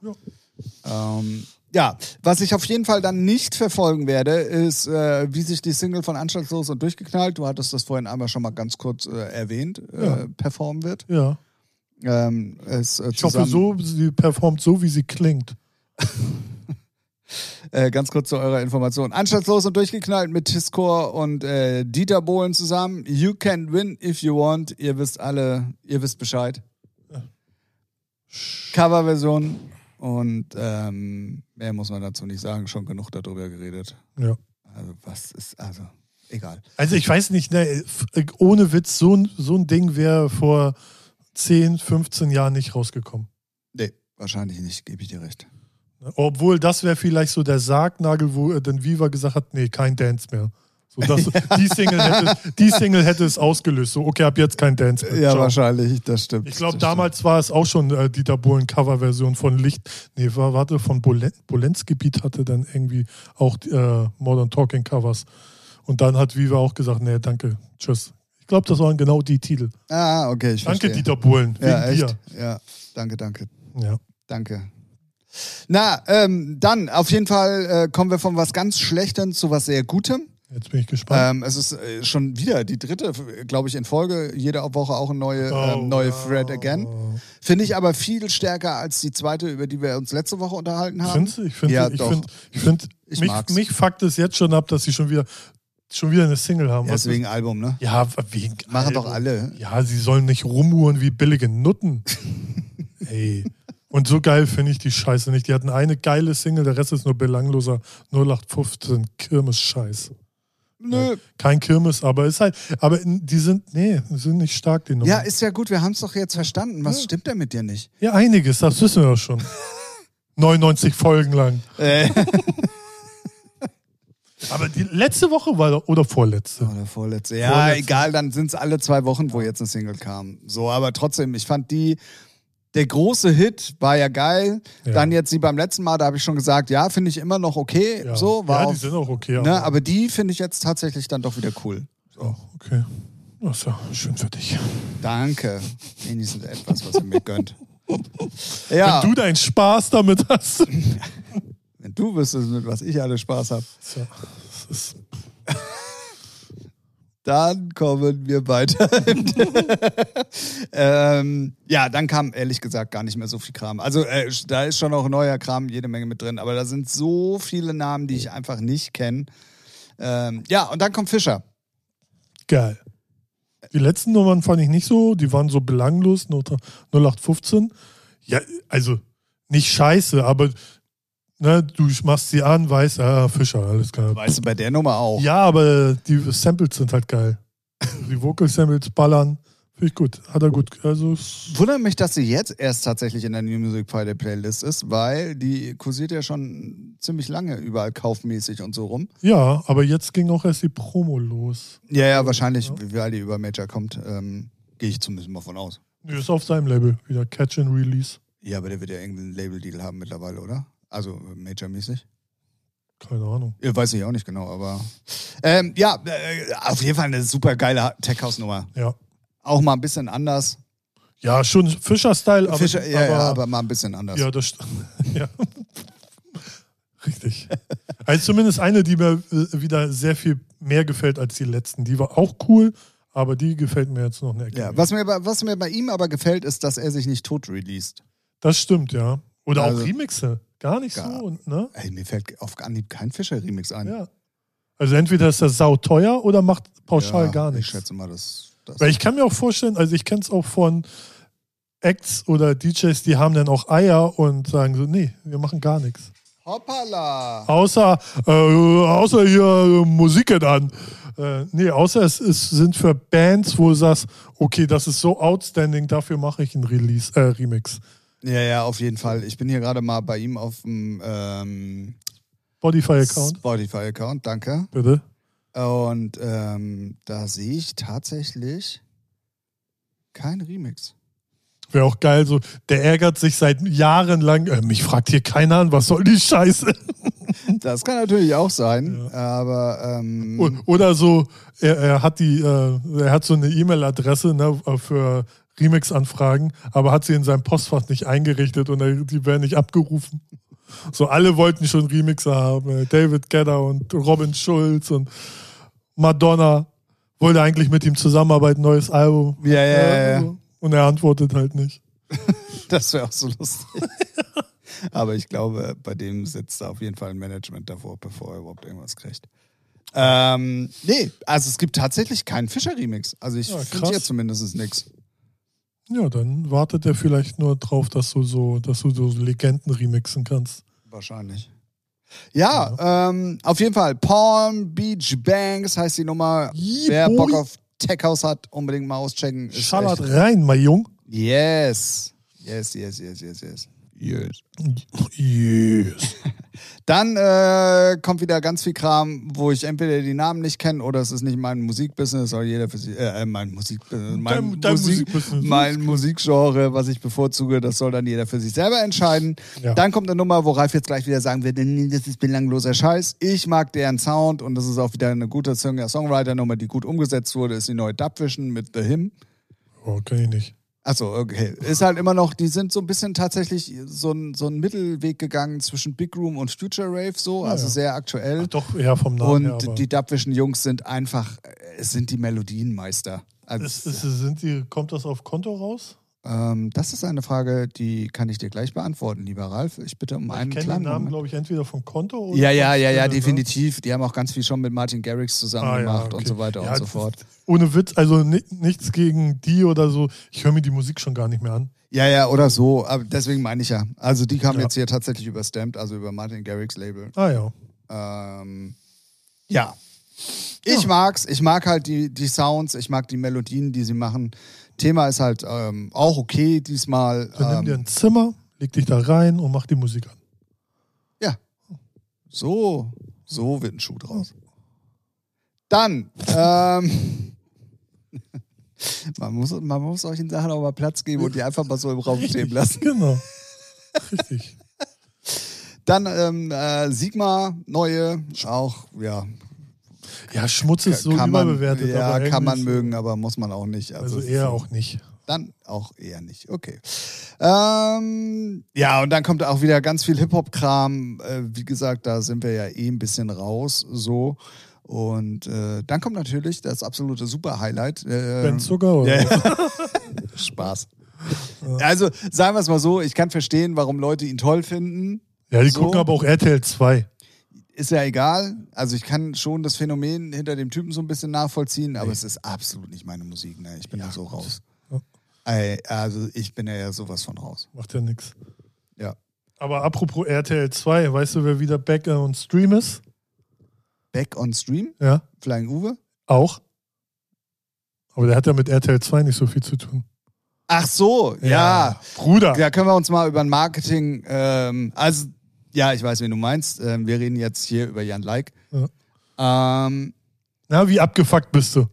Ähm, ja, was ich auf jeden Fall dann nicht verfolgen werde, ist, äh, wie sich die Single von Anstandslos und Durchgeknallt, du hattest das vorhin einmal schon mal ganz kurz äh, erwähnt, äh, Ja. performen wird. Ja. Ähm, es, äh, Ich hoffe, zusammen- so, sie performt so, wie sie klingt. Äh, ganz kurz zu eurer Information. Anstandslos und durchgeknallt mit Tiscor und äh, Dieter Bohlen zusammen. You can win if you want. Ihr wisst alle, ihr wisst Bescheid. Coverversion und ähm, mehr muss man dazu nicht sagen. Schon genug darüber geredet. Ja. Also was ist, also egal. Also ich weiß nicht, ne, f- ohne Witz, so ein, so ein Ding wäre vor 10, 15 Jahren nicht rausgekommen. Nee, wahrscheinlich nicht, gebe ich dir recht. Obwohl, das wäre vielleicht so der Sargnagel, wo äh, dann Viva gesagt hat, nee, kein Dance mehr. [laughs] So, das, die, Single hätte, die Single hätte es ausgelöst. So, okay, ab jetzt kein Dance mehr. Äh, Ja, Ciao. wahrscheinlich, das stimmt. Ich glaube, Das damals war es auch schon äh, Dieter Bohlen Coverversion von Licht. Nee, war, warte, von Bolen, Bolens Gebiet hatte dann irgendwie auch äh, Modern Talking Covers. Und dann hat Viva auch gesagt, nee, danke, tschüss. Ich glaube, das waren genau die Titel. stimmt. Ah, okay, ich Danke, verstehe. Dieter Bohlen, wegen Ja, echt. dir. Ja, danke, danke. Ja. Danke. Na, ähm, dann auf jeden Fall äh, kommen wir von was ganz Schlechtem zu was sehr Gutem. Jetzt bin ich gespannt. Ähm, es ist äh, schon wieder die dritte, glaube ich, in Folge. Jede Woche auch eine neue, Oh, ähm, neue wow. Thread again. Oh. Finde ich aber viel stärker als die zweite, über die wir uns letzte Woche unterhalten haben. Findest du? Ich finde, Ja, ich doch. finde, ich finde, Ich mich, mag's. mich fuckt es jetzt schon ab, dass sie schon wieder, schon wieder eine Single haben. Ja, Was deswegen Album, ne? ist- ja wegen. Machen doch Alter. alle. Ja, sie sollen nicht rumhuren wie [laughs] billige Nutten. Ey. Und so geil finde ich die Scheiße nicht. Die hatten eine geile Single, der Rest ist nur belangloser 0815 Kirmes-Scheiß. Nö. Kein Kirmes, aber ist halt, aber die sind, nee, sind nicht stark, die Nummer. Ja, Ja, ist ja gut, wir haben es doch jetzt verstanden. Was stimmt denn mit dir nicht? einiges, das wissen wir [laughs] doch schon. 99 Folgen lang. Äh. Aber die letzte Woche war doch, oder vorletzte. Oder vorletzte. Ja, Vorletzte. egal, dann sind es alle zwei Wochen, wo jetzt eine Single kam. So, aber trotzdem, ich fand die, der große Hit war ja geil. Ja. Dann jetzt die beim letzten Mal, da habe ich schon gesagt, ja, finde ich immer noch okay. Ja, So, war ja die auf, sind auch okay. ne, aber die finde ich jetzt tatsächlich dann doch wieder cool. Oh, okay. Ach so, schön für dich. Danke. Wenigstens etwas, was ihr mir gönnt. Ja, Wenn du deinen Spaß damit [laughs] hast. wenn du wüsstest, mit was ich alle Spaß habe. So, das ist Dann kommen wir weiter. ähm, ja, dann kam ehrlich gesagt gar nicht mehr so viel Kram. Also äh, da ist schon auch neuer Kram, jede Menge mit drin, aber da sind so viele Namen, die ich einfach nicht kenne. Ähm, ja, und dann kommt Fischer. Geil. Die letzten Nummern fand ich nicht so, die waren so belanglos, 0815. Ja, also nicht scheiße, aber ne, du machst sie an, weißt, ah, Fischer, alles klar. Weißt du, bei der Nummer auch. Ja, aber die Samples sind [laughs] halt geil. Die Vocal-Samples ballern, finde ich gut. Hat er gut, also ist- Wundert mich, dass sie jetzt erst tatsächlich in der New Music Friday Playlist ist, weil die kursiert ja schon ziemlich lange überall kaufmäßig und so rum. ja, aber jetzt ging auch erst die Promo los. Ja, ja, wahrscheinlich, Ja. weil die über Major kommt, ähm, gehe ich zumindest mal von aus. Nö, Ist auf seinem Label wieder Catch and Release. Ja, aber der wird ja irgendeinen Label-Deal haben mittlerweile, oder? Also äh, Major-mäßig. Keine Ahnung. Äh, Weiß ich auch nicht genau, aber. Ähm, ja, äh, auf jeden Fall eine super geile Tech-House-Nummer. Ja, Auch mal ein bisschen anders. ja schon Fischer-Style, aber, Fischer, ja, ja, aber [laughs] aber mal ein bisschen anders. Ja, das st- ja. Richtig. Also zumindest eine, die mir äh, wieder sehr viel mehr gefällt als die letzten. Die war auch cool, aber die gefällt mir jetzt noch eine Ecke. Ja, mehr. was mir, bei- was mir bei ihm aber gefällt, ist, dass er sich nicht tot released. Das stimmt, ja. Oder Also- auch Remixe. Gar nicht Gar- so, und, ne? Ey, mir fällt auf Anhieb kein Fischer-Remix ein. Ja. Also entweder ist das sauteuer oder macht pauschal Ja, gar nichts. Ich schätze mal, das. das Weil ich kann mir auch vorstellen, also ich kenne es auch von Acts oder DJs, die haben dann auch Eier und sagen so, nee, wir machen gar nichts. Hoppala! Außer, äh, außer hier äh, Musiken an. Äh, nee, außer es, es sind für Bands, wo du sagst, okay, das ist so outstanding, dafür mache ich einen Release, äh, Remix. Ja, ja, auf jeden Fall. Ich bin hier gerade mal bei ihm auf dem ähm, Spotify-Account, Spotify-Account, danke. bitte. Und ähm, da sehe ich tatsächlich kein Remix. Wäre auch geil, so, der ärgert sich seit Jahren lang, äh, mich fragt hier keiner an, was soll die Scheiße? [laughs] Das kann natürlich auch sein, aber ähm, O- Oder so, er, er hat die, äh, er hat so eine E-Mail-Adresse ne, für Remix-Anfragen, aber hat sie in seinem Postfach nicht eingerichtet und er, die werden nicht abgerufen. So, alle wollten schon Remixer haben. äh, David Gedder und Robin Schulz und Madonna wollte eigentlich mit ihm zusammenarbeiten, neues Album. ja, ja, ja, ja, so. Und er antwortet halt nicht. das wäre auch so lustig. [laughs] aber ich glaube, bei dem sitzt da auf jeden Fall ein Management davor, bevor er überhaupt irgendwas kriegt. Ähm, nee, also es gibt tatsächlich keinen Fischer-Remix. Also ich Ja, finde krass. hier zumindest nichts. Ja, dann wartet er vielleicht nur drauf, dass du so, dass du so Legenden remixen kannst. Wahrscheinlich. Ja, Ähm, auf jeden Fall. Palm Beach Banks heißt die Nummer. Yeah, Wer boy. Bock auf Tech House hat, unbedingt mal auschecken. Ist Schallert echt- rein, mein Jung. Yes. Yes, yes, yes, yes, yes. Yes. Yes. Dann äh, kommt wieder ganz viel Kram, wo ich entweder die Namen nicht kenne oder es ist nicht mein Musikbusiness, soll jeder für sich, äh, äh, mein Musikbusiness, mein, dein Musik, Musikbusiness. mein Musikgenre, was ich bevorzuge, das soll dann jeder für sich selber entscheiden. Ja. Dann kommt eine Nummer, wo Ralf jetzt gleich wieder sagen wird, nee, das ist belangloser Scheiß. Ich mag deren Sound und das ist auch wieder eine gute Singer-Songwriter-Nummer, die gut umgesetzt wurde, ist die neue Dubvision mit The Hymn. Oh, kann ich nicht. Achso, okay. Ist halt immer noch, die sind so ein bisschen tatsächlich so ein, so ein Mittelweg gegangen zwischen Big Room und Future Rave, so, also ja. sehr aktuell. Äh, Doch eher vom Namen her, und aber die Dubvision Jungs sind einfach, äh, es sind die Melodienmeister. Also, ist, ist, sind die, kommt das auf Konto raus? ähm, das ist eine Frage, die kann ich dir gleich beantworten, lieber Ralf. Ich bitte um einen ich kenne den kleinen Namen, Moment. glaube ich, entweder von Konto oder Ja, von ja, ja, ja, Stelle, ne? definitiv. Die haben auch ganz viel schon mit Martin Garrix zusammen Ah, ja, gemacht okay. und so weiter Ja, und so das- fort. Ohne Witz, also ni nichts gegen die oder so. Ich höre mir die Musik schon gar nicht mehr an. Ja, ja, oder so. Aber deswegen meine ich ja. Also die kamen Ja. jetzt hier tatsächlich über Stamped, also über Martin Garrix Label. Ah ja. Ähm, ja. Ich mag's. Ich mag halt die, die Sounds, ich mag die Melodien, die sie machen. Thema ist halt ähm, auch okay diesmal. Dann nimm dir Ähm, ein Zimmer, leg dich da rein und mach die Musik an. so, so wird ein Schuh draus. Dann, ähm, [laughs] man, muss, man muss solchen Sachen auch mal Platz geben und die einfach mal so im Raum stehen lassen. Genau. Richtig. Dann ähm, äh, Sigma, neue, auch, ja. Ja, Schmutz ist so kann man, überbewertet. ja, aber kann irgendwie man so- mögen, aber muss man auch nicht. Also, es ist eher so- auch nicht. Dann auch eher nicht. Okay. Ähm, ja, und dann kommt auch wieder ganz viel Hip-Hop-Kram. Äh, wie gesagt, da sind wir ja eh ein bisschen raus. So. Und äh, dann kommt natürlich das absolute Super-Highlight. Äh, Ben Zucker oder? ja, ja. [laughs] Spaß. Also, sagen wir es mal so, ich kann verstehen, warum Leute ihn toll finden. Ja, die So. gucken aber auch RTL 2. Ist ja egal. Also, ich kann schon das Phänomen hinter dem Typen so ein bisschen nachvollziehen, aber es ist absolut nicht meine Musik. Ne? Ich bin da so raus. Ja. Ey, also, ich bin da ja sowas von raus. Macht ja nichts. Ja. Aber apropos RTL 2, weißt du, wer wieder back äh, und stream ist? Back on Stream, Ja, Flying Uwe. auch. Aber der hat ja mit RTL 2 nicht so viel zu tun. Ach so, ja. Bruder. Da können wir uns mal über ein Marketing, ähm, also, ja, ich weiß, wen du meinst. Ähm, wir reden jetzt hier über Jan Like. Ähm, Na, wie abgefuckt bist du?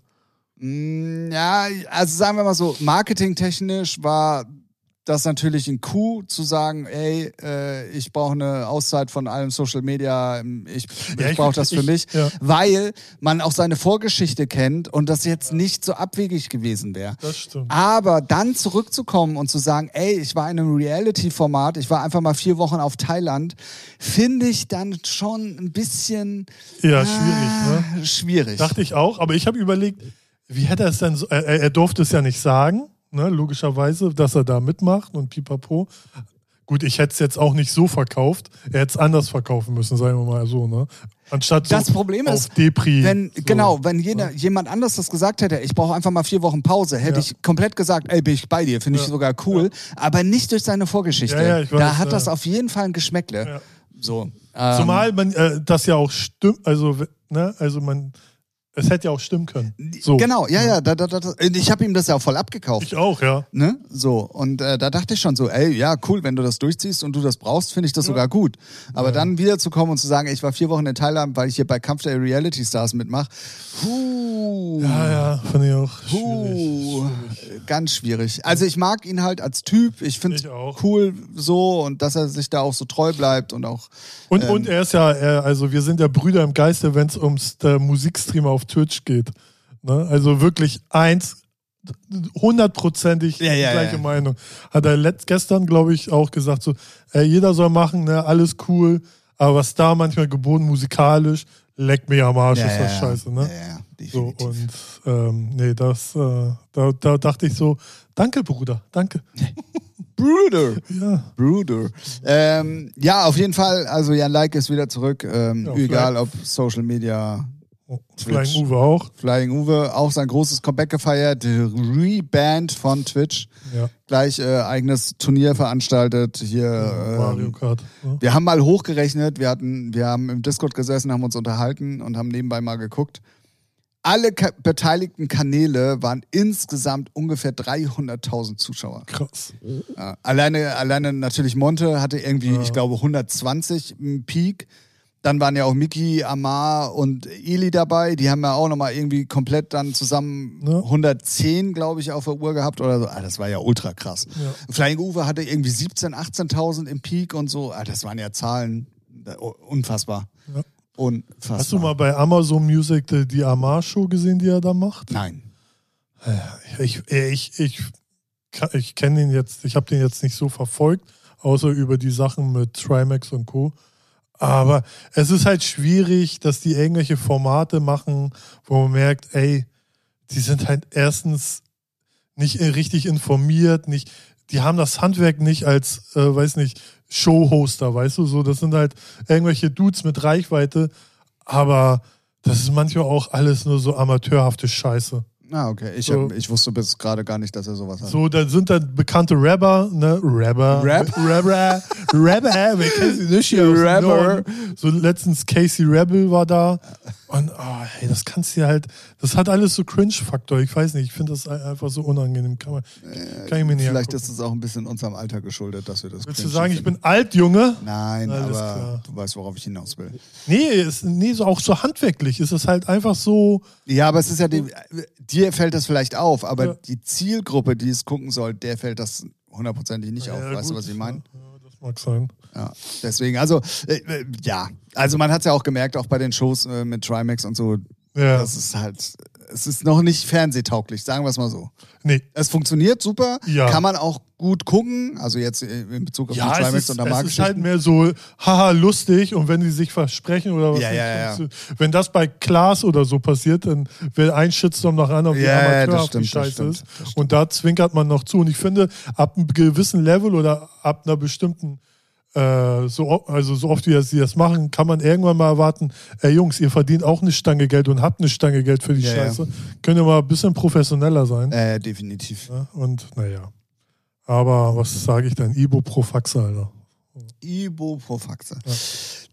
Mm, mh, ja, also sagen wir mal so, marketingtechnisch war das ist natürlich ein Coup zu sagen, ey, äh, ich brauche eine Auszeit von allem Social Media, ähm, ich, Ja, ich ich- brauche das für ich- mich, ja. weil man auch seine Vorgeschichte kennt und das jetzt nicht so abwegig gewesen wäre. Das stimmt. Aber dann zurückzukommen und zu sagen, ey, ich war in einem Reality-Format, ich war einfach mal vier Wochen auf Thailand, finde ich dann schon ein bisschen Ja, schwierig, ne? ah, schwierig. Dachte ich auch, aber ich habe überlegt, wie hätte er es denn so, er, er er durfte es ja nicht sagen, ne, logischerweise, dass er da mitmacht und pipapo. Gut, ich hätte es jetzt auch nicht so verkauft, er hätte es anders verkaufen müssen, sagen wir mal so, ne? Anstatt so Das Problem auf ist, Depri. Wenn, Hm. so. Genau, wenn jeder, jemand anders das gesagt hätte, ich brauche einfach mal vier Wochen Pause, hätte Ja. ich komplett gesagt, ey, bin ich bei dir, finde ich Ja. sogar cool, aber nicht durch seine Vorgeschichte. Ja, ja, ich weiß, da hat ja. das auf jeden Fall ein Geschmäckle. Ja. So. ähm, Zumal man äh, das ja auch stimmt, also, w- ne, also man, es hätte ja auch stimmen können. So. Genau, ja, ja, da, da, da, da- ich habe ihm das ja auch voll abgekauft. Ich auch, ja. Ne? So, und äh, da dachte ich schon so, ey, ja, cool, wenn du das durchziehst und du das brauchst, finde ich das sogar gut. Aber dann wiederzukommen und zu sagen, ich war vier Wochen in Thailand, weil ich hier bei Kampf der Reality Stars mitmache, huh, Ja, Ah, ja, finde ich auch schwierig. huh, ganz schwierig. Also ich mag ihn halt als Typ, ich finde Ich auch. cool so und dass er sich da auch so treu bleibt und auch, Und, und Ähm. er ist ja, er, also wir sind ja Brüder im Geiste, wenn es ums äh, Musikstreamer auf Twitch geht. Ne? Also wirklich eins, hundertprozentig Ja, ja, die gleiche ja. Meinung. Hat er letzt, gestern, glaube ich, auch gesagt, so, äh, jeder soll machen, ne? alles cool, aber was da manchmal geboten, musikalisch, leck mir am Arsch, ist das scheiße. Ne? Ja, ja, So, definitiv. und ähm, nee, das, äh, da, da dachte ich so, danke Bruder, danke. Bruder. Ja, Bruder. Ähm, ja, auf jeden Fall. Also Jan Like ist wieder zurück. Ähm, Ja, egal ob Social Media, Oh, Flying Uwe auch. Flying Uwe, auch sein großes Comeback gefeiert. Reband von Twitch. Ja, Gleich äh, eigenes Turnier veranstaltet. Hier. Mario Ähm, Kart. Ne? wir haben mal hochgerechnet. Wir, hatten, wir haben im Discord gesessen, haben uns unterhalten und haben nebenbei mal geguckt. Alle ka beteiligten Kanäle waren insgesamt ungefähr 300.000 Zuschauer. Krass. Ja, alleine, alleine natürlich Monte hatte irgendwie, ich glaube, 120 im Peak. Dann waren ja auch Miki, Amar und Eli dabei. Die haben ja auch nochmal irgendwie komplett dann zusammen Ja. 110, glaube ich, auf der Uhr gehabt oder so. Ah, das war ja ultra krass. Ja. Flying Uwe hatte irgendwie 17.000, 18.000 im Peak und so. Ah, das waren ja Zahlen. Da- u- Unfassbar. Ja. Unfassbar. Hast du mal bei Amazon Music die, die Amar-Show gesehen, die er da macht? Nein. Ich, ich, ich, ich kenne den jetzt, ich habe den jetzt nicht so verfolgt, außer über die Sachen mit Trimax und Co. Aber es ist halt schwierig, dass die irgendwelche Formate machen, wo man merkt, ey, die sind halt erstens nicht richtig informiert, nicht, die haben das Handwerk nicht als, äh, weiß nicht, Showhoster, weißt du, so, das sind halt irgendwelche Dudes mit Reichweite, aber das ist manchmal auch alles nur so amateurhafte Scheiße. Ah, okay. Ich, So. hab, ich wusste bis gerade gar nicht, dass er sowas hat. So, dann sind dann bekannte Rapper, ne? Rapper. Rap? Rapper. Rapper. Wer kennt sie nicht hier? aus dem Rapper. Norden? So letztens Casey Rebel war da. Und ah, hey, das kannst du halt, das hat alles so Cringe-Faktor. Ich weiß nicht, ich finde das ein- einfach so unangenehm. Kann, man, kann ich mir nicht Vielleicht angucken. ist es auch ein bisschen unserem Alter geschuldet, dass wir das Willst du cringy sagen, ich finden. bin alt, Junge? Nein, Alles aber klar. du weißt, worauf ich hinaus will. Nee, ist, nee, so auch so handwerklich. Ist es halt einfach so, Ja, aber es ist ja dem, dir fällt das vielleicht auf, aber Ja. die Zielgruppe, die es gucken soll, der fällt das hundertprozentig nicht auf. Ja, weißt gut, ne? du, was ich meine? Ja, ja, das mag sein. Ja. Deswegen, also äh, äh, ja, also man hat es ja auch gemerkt, auch bei den Shows äh, mit Trimax und so, Ja. das ist halt, es ist noch nicht fernsehtauglich, sagen wir es mal so. Nee, Es funktioniert super, Ja. kann man auch gut gucken, also jetzt äh, in Bezug auf Ja, den es Trimax ist, und es ist Amargeschichten. halt mehr so, haha, lustig und wenn die sich versprechen oder was. Ja, nicht, ja, ja. kannst du- Wenn das bei Klaas oder so passiert, dann will ein Shitstorm nach anderen, wie Ja, ja, das amateurhaft die stimmt, das Scheiße stimmt, ist. das stimmt. Und da zwinkert man noch zu. Und ich finde, ab einem gewissen Level oder ab einer bestimmten, äh, so, o- also so oft, wie das- sie das machen, kann man irgendwann mal erwarten, ey Jungs, ihr verdient auch eine Stange Geld und habt eine Stange Geld für die Ja, ja. Scheiße. Könnt ihr mal ein bisschen professioneller sein. äh, definitiv. Ne? Und naja. Aber was sage ich denn? Ibuprofax, Alter. Ibuprofaxe.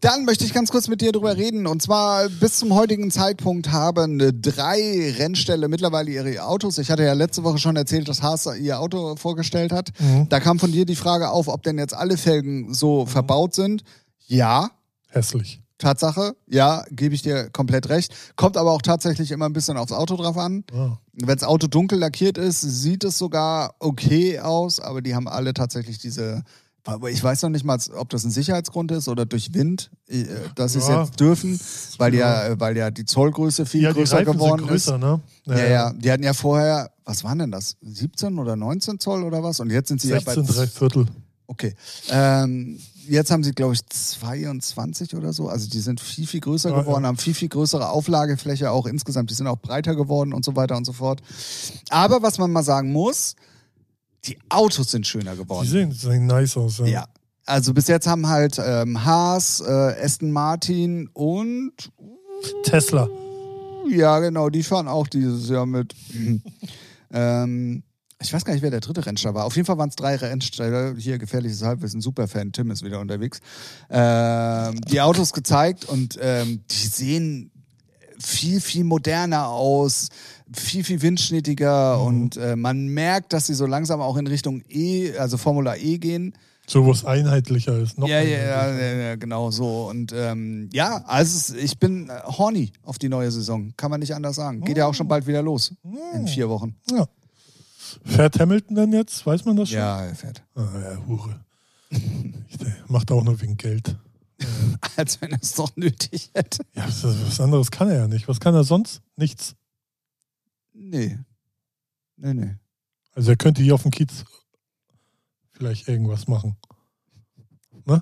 Dann möchte ich ganz kurz mit dir drüber reden. Und zwar bis zum heutigen Zeitpunkt haben drei Rennställe mittlerweile ihre Autos. Ich hatte ja letzte Woche schon erzählt, dass Haas ihr Auto vorgestellt hat. Da kam Mhm. von dir die Frage auf, ob denn jetzt alle Felgen so verbaut sind. Ja, Hässlich. Tatsache, ja, gebe ich dir komplett recht. Kommt aber auch tatsächlich immer ein bisschen aufs Auto drauf an. Ah. Wenn das Auto dunkel lackiert ist, sieht es sogar okay aus, aber die haben alle tatsächlich diese. Aber ich weiß noch nicht mal, ob das ein Sicherheitsgrund ist oder durch Wind, äh, dass sie es Ja. jetzt dürfen, weil ja, äh, weil ja die Zollgröße viel Ja, die größer Reifen sind geworden ist. größer, ne? Ja, ja, die hatten ja vorher, was waren denn das? 17 oder 19 Zoll oder was? Und jetzt sind sie 16, ja bei drei Viertel. Okay. Ähm, jetzt haben sie, glaube ich, 22 oder so. Also die sind viel, viel größer Ja, ja. geworden, haben viel, viel größere Auflagefläche auch insgesamt. Die sind auch breiter geworden und so weiter und so fort. Aber was man mal sagen muss, die Autos sind schöner Die geworden. sehen, die sehen nice aus. Ja. ja. Also bis jetzt haben halt ähm, Haas, äh, Aston Martin und Tesla. ja, genau, die fahren auch dieses Jahr mit. ähm, ich weiß gar nicht, wer der dritte Rennstall war. Auf jeden Fall waren es drei Rennställe. Hier, gefährliches Halbwissen, Superfan, Tim ist wieder unterwegs. Ähm, die Autos gezeigt und ähm, die sehen viel, viel moderner aus, viel, viel windschnittiger und äh, man merkt, dass sie so langsam auch in Richtung E, also Formula E gehen. So, wo es einheitlicher ist. Noch Ja, ja, einheitlicher. ja, ja, ja, genau so. Und ähm, ja, also es- ich bin äh, horny auf die neue Saison. Kann man nicht anders sagen. Geht ja auch Oh. schon bald wieder los. In vier Wochen. Ja. Hm. Fährt Hamilton denn jetzt? Weiß man das schon? Ja, er fährt. Ah, ja, Hure. Ich, der macht auch nur wegen Geld. [laughs] Als wenn er es doch nötig hätte. Ja, was, was anderes kann er ja nicht. Was kann er sonst? Nichts. Nee. Nee, nee. Also er könnte hier auf dem Kiez vielleicht irgendwas machen. Ne?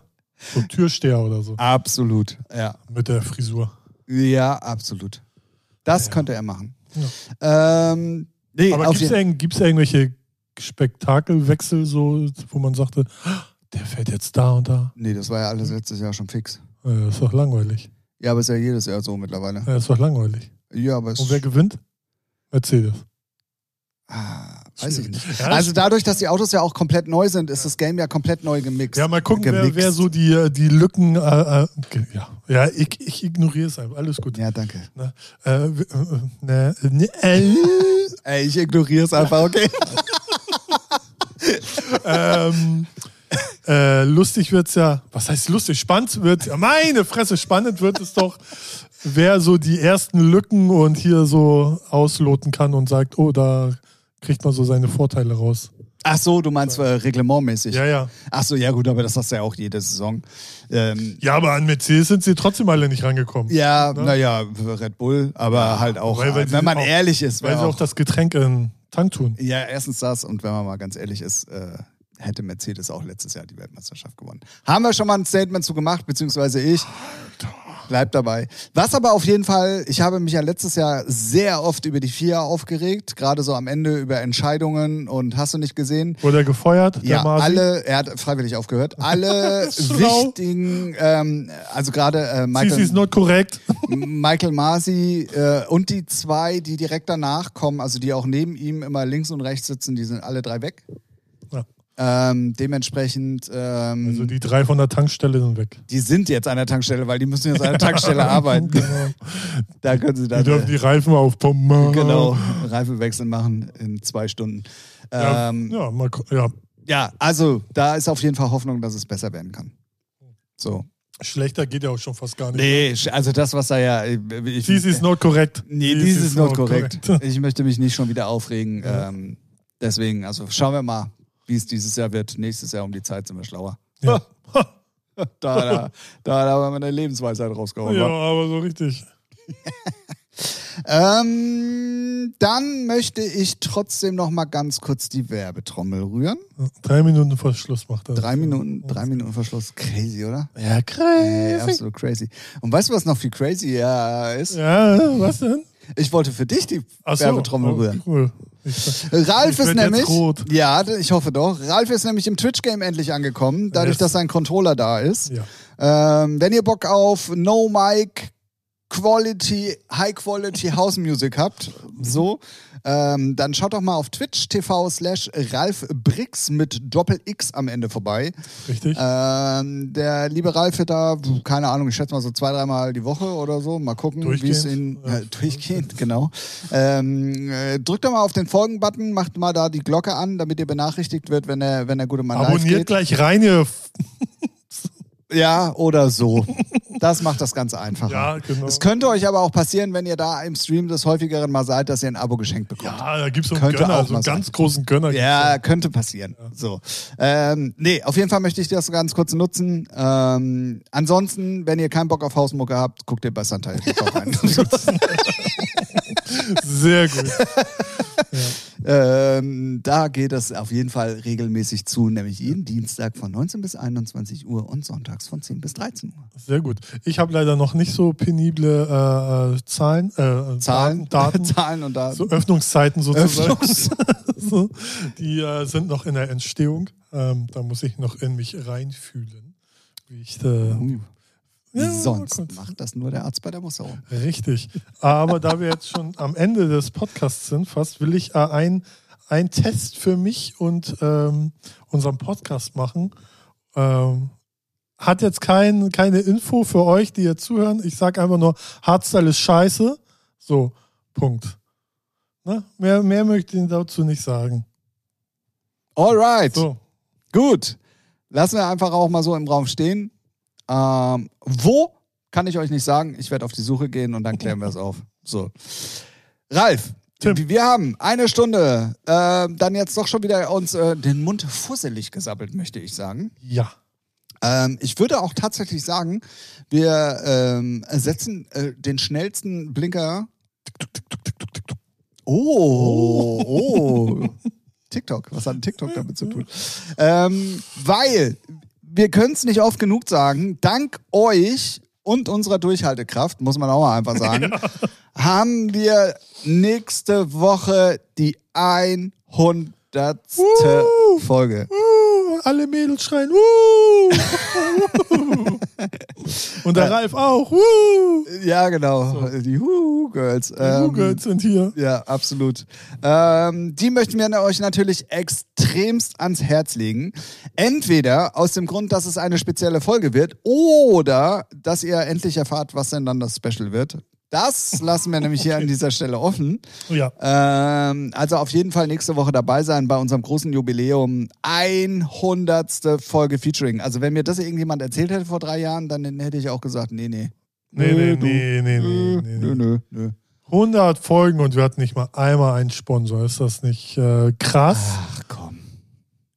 So ein Türsteher oder so. Absolut. Ja. Mit der Frisur. Ja, absolut. Das Ja. könnte er machen. Ähm, nee, Aber auf gibt es jeden irgendwelche Spektakelwechsel, so, wo man sagte, "Ah, der fährt jetzt da und da? Nee, das war ja Hm? alles letztes Jahr schon fix. Äh, Das ist doch langweilig. Ja, aber ist ja jedes Jahr so mittlerweile. Ja, Das ist doch langweilig. Ja, aber es Und wer gewinnt? Mercedes. ah, weiß ich nicht. Ja, Also dadurch, dass die Autos ja auch komplett neu sind, ist das Game ja komplett neu gemixt. Ja, mal gucken, wer, wer so die, äh, die Lücken. Äh, äh, ge- ja, ja ich, ich ignoriere es einfach. Alles gut. Ja, danke. Ne? Äh, w- äh, äh, ne, äh, Ey, ich ignoriere es einfach, okay? ähm, äh, lustig wird's ja. Was heißt lustig? Spannend wird's ja. Meine Fresse, spannend wird es doch, wer so die ersten Lücken und hier so ausloten kann und sagt, oh, da kriegt man so seine Vorteile raus. [laughs] Ach so, du meinst äh, reglementmäßig. Ja, ja. Ach so, ja gut, aber das hast du ja auch jede Saison. Ähm, Ja, aber an Mercedes sind sie trotzdem alle nicht rangekommen. ja, naja, Red Bull, aber halt auch, Ne? Weil- weil wenn sie man auch- ehrlich ist. Weil wär sie auch das Getränk in den Tank tun. ja, erstens das und wenn man mal ganz ehrlich ist, äh, hätte Mercedes auch letztes Jahr die Weltmeisterschaft gewonnen. Haben wir schon mal ein Statement zu gemacht, beziehungsweise ich. Bleibt dabei. Was aber auf jeden Fall, ich habe mich ja letztes Jahr sehr oft über die FIA aufgeregt, gerade so am Ende über Entscheidungen und hast du nicht gesehen. Wurde er gefeuert? Ja, der Masi? alle, er hat freiwillig [laughs] aufgehört, alle Schlau. wichtigen, ähm, also gerade äh, CC ist Michael, not korrekt. Michael Masi äh, und die zwei, die direkt danach kommen, also die auch neben ihm immer links und rechts sitzen, die sind alle drei weg. Ja. Ähm, dementsprechend, ähm, Also die, die drei von der Tankstelle sind weg. sind jetzt an der Tankstelle, weil die müssen jetzt an der Tankstelle [laughs] arbeiten. Genau. Da können sie Die dann dürfen äh, die Reifen aufpumpen. genau Reifenwechsel machen in zwei Stunden. Ja, Ähm, ja, mal, gu- ja, ja, also da ist auf jeden Fall Hoffnung, dass es besser werden kann. So. schlechter geht ja auch schon fast gar nicht. Nee, sch- also das, was da ja. Ich, ich, äh, Dies ist not korrekt. nee, Dies dies ist not not korrekt. correct. Ich möchte mich nicht schon wieder aufregen. Ähm, deswegen, also schauen wir mal, wie es dieses Jahr wird. Nächstes Jahr um die Zeit sind wir schlauer. Ja. Da, da, da, da haben wir eine Lebensweisheit rausgehauen. [laughs] ja, wa? aber so richtig. Ähm, dann möchte ich trotzdem noch mal ganz kurz die Werbetrommel rühren. Drei Minuten vor Schluss macht er. Drei Minuten, drei Minuten Verschluss. Crazy, oder? Ja, Ey, crazy. absolut crazy. Und weißt du, was noch viel crazier ist? Ja, was denn? Ich wollte für dich die Ach so. Werbetrommel Oh, rühren. cool. Ich, Ralf Ich werd ist jetzt nämlich, rot. ja, d- ich hoffe doch. Ralf ist nämlich im Twitch-Game endlich angekommen, dadurch, Yes. dass sein Controller da ist. ja. Ähm, wenn ihr Bock auf No Mic Quality, High Quality House Music habt, so, ähm, dann schaut doch mal auf Twitch TV slash Ralf Brix mit Doppel X am Ende vorbei. [laughs] Richtig. Ähm, der liebe Ralf wird da, keine Ahnung, ich schätze mal so zwei, dreimal die Woche oder so. Mal gucken, wie es ihn Durchgehend. äh, durchgehend, [laughs] genau. Ähm, äh, drückt doch mal auf den Folgen-Button, macht mal da die Glocke an, damit ihr benachrichtigt wird, wenn der, wenn der gute Mann live Abonniert geht. gleich rein, ihr. F- Ja, oder so. Das macht das [laughs] Ganze einfacher. Ja, genau. Es könnte euch aber auch passieren, wenn ihr da im Stream des häufigeren mal seid, dass ihr ein Abo geschenkt bekommt. Ja, da gibt es so einen Könnte Gönner, auch so mal einen sein. ganz großen Gönner. Ja, könnte passieren. So. Ähm, nee, auf jeden Fall möchte ich das ganz kurz nutzen. Ähm, ansonsten, wenn ihr keinen Bock auf Hausmucke habt, guckt ihr bei Santa [laughs] TV rein. [laughs] [laughs] Sehr gut. ähm, da geht es auf jeden Fall regelmäßig zu, nämlich jeden Dienstag von 19 bis 21 Uhr und sonntags von 10 bis 13 Uhr. Sehr gut. Ich habe leider noch nicht so penible äh, äh, Zahlen, äh, Zahlen, Daten, [laughs] Daten Zahlen und Daten. so Öffnungszeiten sozusagen. Öffnungs- so, [laughs] die äh, sind noch in der Entstehung. Ähm, da muss ich noch in mich reinfühlen. Wie ich, [laughs] äh, ja, Sonst kurz. macht das nur der Arzt bei der Musterung. Richtig. Aber da wir jetzt schon am Ende des Podcasts sind, fast will ich äh, ein, ein Test für mich und ähm, unseren Podcast machen. Ähm, hat jetzt kein, keine Info für euch, die ihr zuhören. Ich sage einfach nur, Hardstyle ist scheiße. So, Punkt. Ne? Mehr, mehr möchte ich dazu nicht sagen. Alright, So, gut. Lassen wir einfach auch mal so im Raum stehen. Ähm, wo kann ich euch nicht sagen. Ich werde auf die Suche gehen und dann klären wir es auf. So. Ralf, Tim. wir haben eine Stunde. ähm, dann jetzt doch schon wieder uns äh, den Mund fusselig gesabbelt, möchte ich sagen. ja. Ähm, ich würde auch tatsächlich sagen, wir ähm, setzen äh, den schnellsten Blinker. Oh, oh. TikTok, was hat ein TikTok damit zu tun? Ähm, weil wir können es nicht oft genug sagen, dank euch und unserer Durchhaltekraft, muss man auch mal einfach sagen, haben wir nächste Woche die 100. Woo! Folge. Uh, alle Mädels schreien. Uh, [laughs] und der Ralf auch. Uh, Ja, genau. Die Who Girls. die Ähm, Girls sind hier. Ja, absolut. Ähm, die möchten wir euch natürlich extremst ans Herz legen. Entweder aus dem Grund, dass es eine spezielle Folge wird oder dass ihr endlich erfahrt, was denn dann das Special wird. Das lassen wir nämlich [laughs] hier an dieser Stelle offen. Ja. Ähm, also auf jeden Fall nächste Woche dabei sein bei unserem großen Jubiläum. 100. Folge Featuring. Also wenn mir das irgendjemand erzählt hätte vor drei Jahren, dann hätte ich auch gesagt, nee, nee. Nee, nee, du. nee, nee, nee, Nö, Hm, nee, nö, nee. nö, nö. 100 Folgen und wir hatten nicht mal einmal einen Sponsor. Ist das nicht äh, krass? Ach [laughs] komm.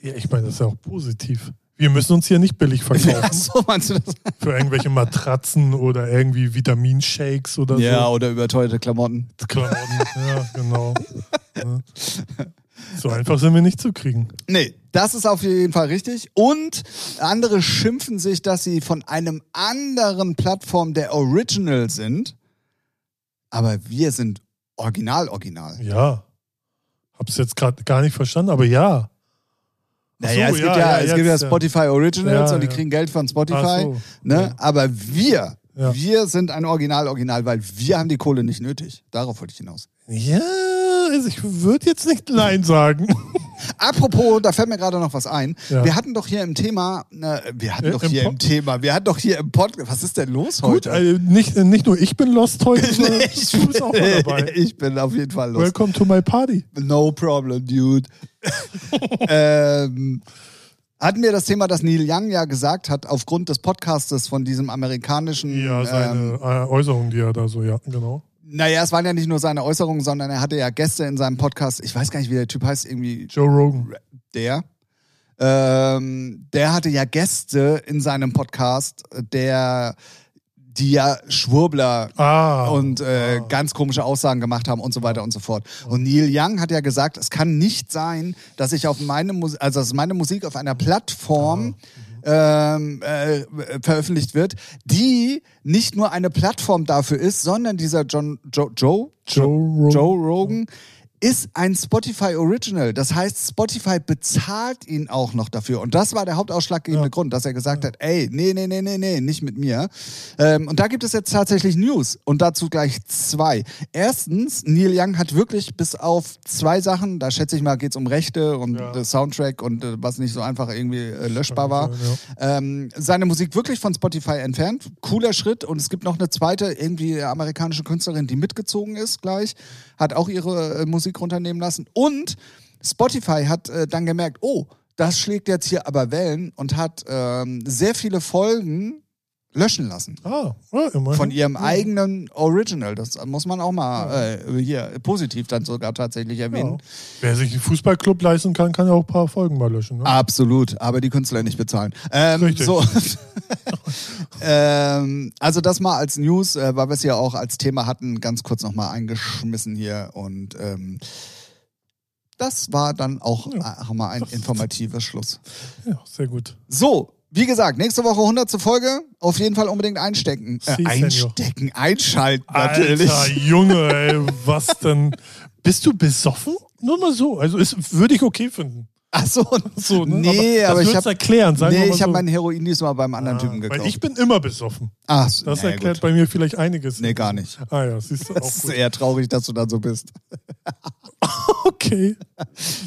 Ja, ich meine, das ist ja auch positiv. Wir müssen uns hier nicht billig [laughs] Ach verkaufen so, meinst du das? für irgendwelche Matratzen oder irgendwie Vitaminshakes oder Ja, so. oder überteuerte Klamotten. Klamotten. ja, [laughs] genau. Ja. So einfach sind wir nicht zu kriegen. Nee, das ist auf jeden Fall richtig. Und andere schimpfen sich, dass sie von einem anderen Plattform der Original sind. Aber wir sind original, original. Ja. Hab's jetzt gerade gar nicht verstanden, aber ja. Naja, so, es gibt ja, ja, ja, es jetzt, gibt ja ja. Spotify Originals Ja, und die ja. kriegen Geld von Ach Spotify. so, ne? ja. Aber wir, Ja. wir sind ein Original, original, weil wir haben die Kohle nicht nötig. Darauf wollte ich hinaus. Ja, also ich würde jetzt nicht Nein sagen. Apropos, da fällt mir gerade noch was ein. Ja. Wir hatten doch hier im Thema, na, wir hatten Äh, doch im hier Po- im Thema, wir hatten doch hier im Podcast. Was ist denn los Gut, [laughs] heute? also nicht, nicht nur ich bin lost heute, sondern [laughs] ich, du bist auch mal bin, dabei. [laughs] ich bin auf jeden Fall los. Welcome to my party. No problem, dude. [laughs] ähm, hatten wir das Thema, dass Neil Young ja gesagt hat, aufgrund des Podcastes von diesem amerikanischen. Ja, ähm, seine äh, Äußerung, die er da so, ja, genau. naja, es waren ja nicht nur seine Äußerungen, sondern er hatte ja Gäste in seinem Podcast. Ich weiß gar nicht, wie der Typ heißt, irgendwie Joe Rogan. der. Ähm, der hatte ja Gäste in seinem Podcast, äh, der die ja Schwurbler Ah. und äh, ah. ganz komische Aussagen gemacht haben und so weiter und so fort. Und Neil Young hat ja gesagt, es kann nicht sein, dass ich auf meine Musik, also dass meine Musik auf einer Plattform Ah. ähm, äh, veröffentlicht wird, die nicht nur eine Plattform dafür ist, sondern dieser John Joe Joe Joe Rogan. Joe Rogan ist ein Spotify Original. Das heißt, Spotify bezahlt ihn auch noch dafür. Und das war der hauptausschlaggebende Ja. Grund, dass er gesagt hat, ey, nee, nee, nee, nee, nee, nicht mit mir. Ähm, und da gibt es jetzt tatsächlich News und dazu gleich zwei. Erstens, Neil Young hat wirklich bis auf zwei Sachen, da schätze ich mal, geht es um Rechte und Ja. äh, Soundtrack und äh, was nicht so einfach irgendwie äh, löschbar war, Ja. ähm, seine Musik wirklich von Spotify entfernt. Cooler Schritt. Und es gibt noch eine zweite, irgendwie amerikanische Künstlerin, die mitgezogen ist gleich, hat auch ihre äh, Musik runternehmen lassen. Und Spotify hat äh, dann gemerkt, oh, Das schlägt jetzt hier aber Wellen und hat ähm, sehr viele Folgen löschen lassen. Ah, ja, immerhin. Von ihrem Ja. eigenen Original. Das muss man auch mal äh, hier positiv dann sogar tatsächlich erwähnen. Ja. Wer sich einen Fußballclub leisten kann, kann ja auch ein paar Folgen mal löschen. Ah. Ne? Absolut, aber die Künstler nicht bezahlen. Ähm, Richtig. so. [laughs] ähm, also das mal als News, äh, weil wir es ja auch als Thema hatten, ganz kurz nochmal eingeschmissen hier. Und ähm, das war dann auch Ja. äh, mal ein informativer Schluss. Ja, sehr gut. So, wie gesagt, nächste Woche 100. Folge. Auf jeden Fall unbedingt einstecken. Si, Äh, senor. einstecken, einschalten natürlich. Alter Junge, ey, was denn? Bist du besoffen? Nur mal so. Also ist, würde ich okay finden. Ach so, So, ne? nee, aber, das ich wird's habe erklären. Sagen wir nee, mal ich hab so. Ah, mein Heroin diesmal beim anderen Typen Weil gekauft. ich bin immer besoffen. Ach, so, Das naja, erklärt gut. bei mir vielleicht einiges. Nee, gar nicht. Ah ja, siehst du auch Das ist gut. eher traurig, dass du dann so bist. Okay.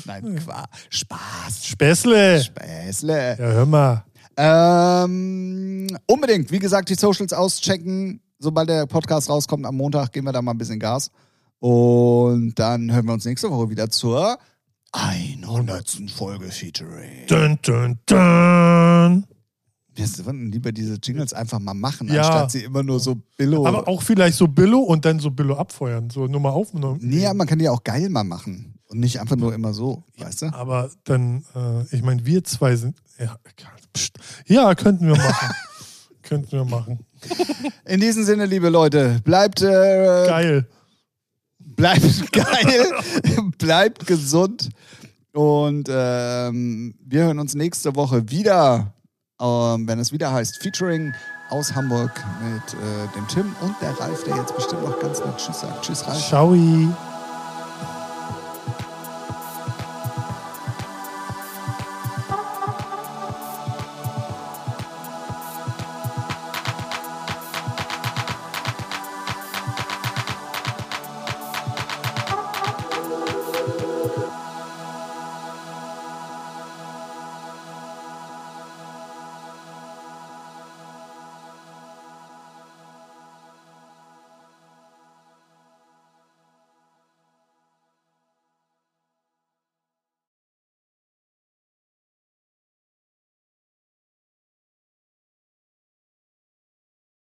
Nein, Qua Spaß. Späßle. Späßle. Ja, hör mal. Ähm, unbedingt, wie gesagt, die Socials auschecken. Sobald der Podcast rauskommt am Montag, geben wir da mal ein bisschen Gas. Und dann hören wir uns nächste Woche wieder zur 100. Folge Featuring. Dun, dun, dun. Wir sollten lieber diese Jingles einfach mal machen, Ja. anstatt sie immer nur so billo. Aber auch vielleicht so Billo und dann so Billo abfeuern. So nur mal aufnehmen. nee, aber man kann die auch geil mal machen. Und nicht einfach nur immer so, weißt du? Aber dann, äh, ich meine, wir zwei sind. Ja, egal. Psst. ja könnten [laughs] wir machen. könnten wir machen. In diesem Sinne, liebe Leute, bleibt äh, Geil. Bleibt [laughs] geil, bleibt gesund und ähm, wir hören uns nächste Woche wieder, ähm, wenn es wieder heißt Featuring aus Hamburg mit äh, dem Tim und der Ralf, der jetzt bestimmt noch ganz nett Tschüss sagt. Tschüss, Ralf. Ciao.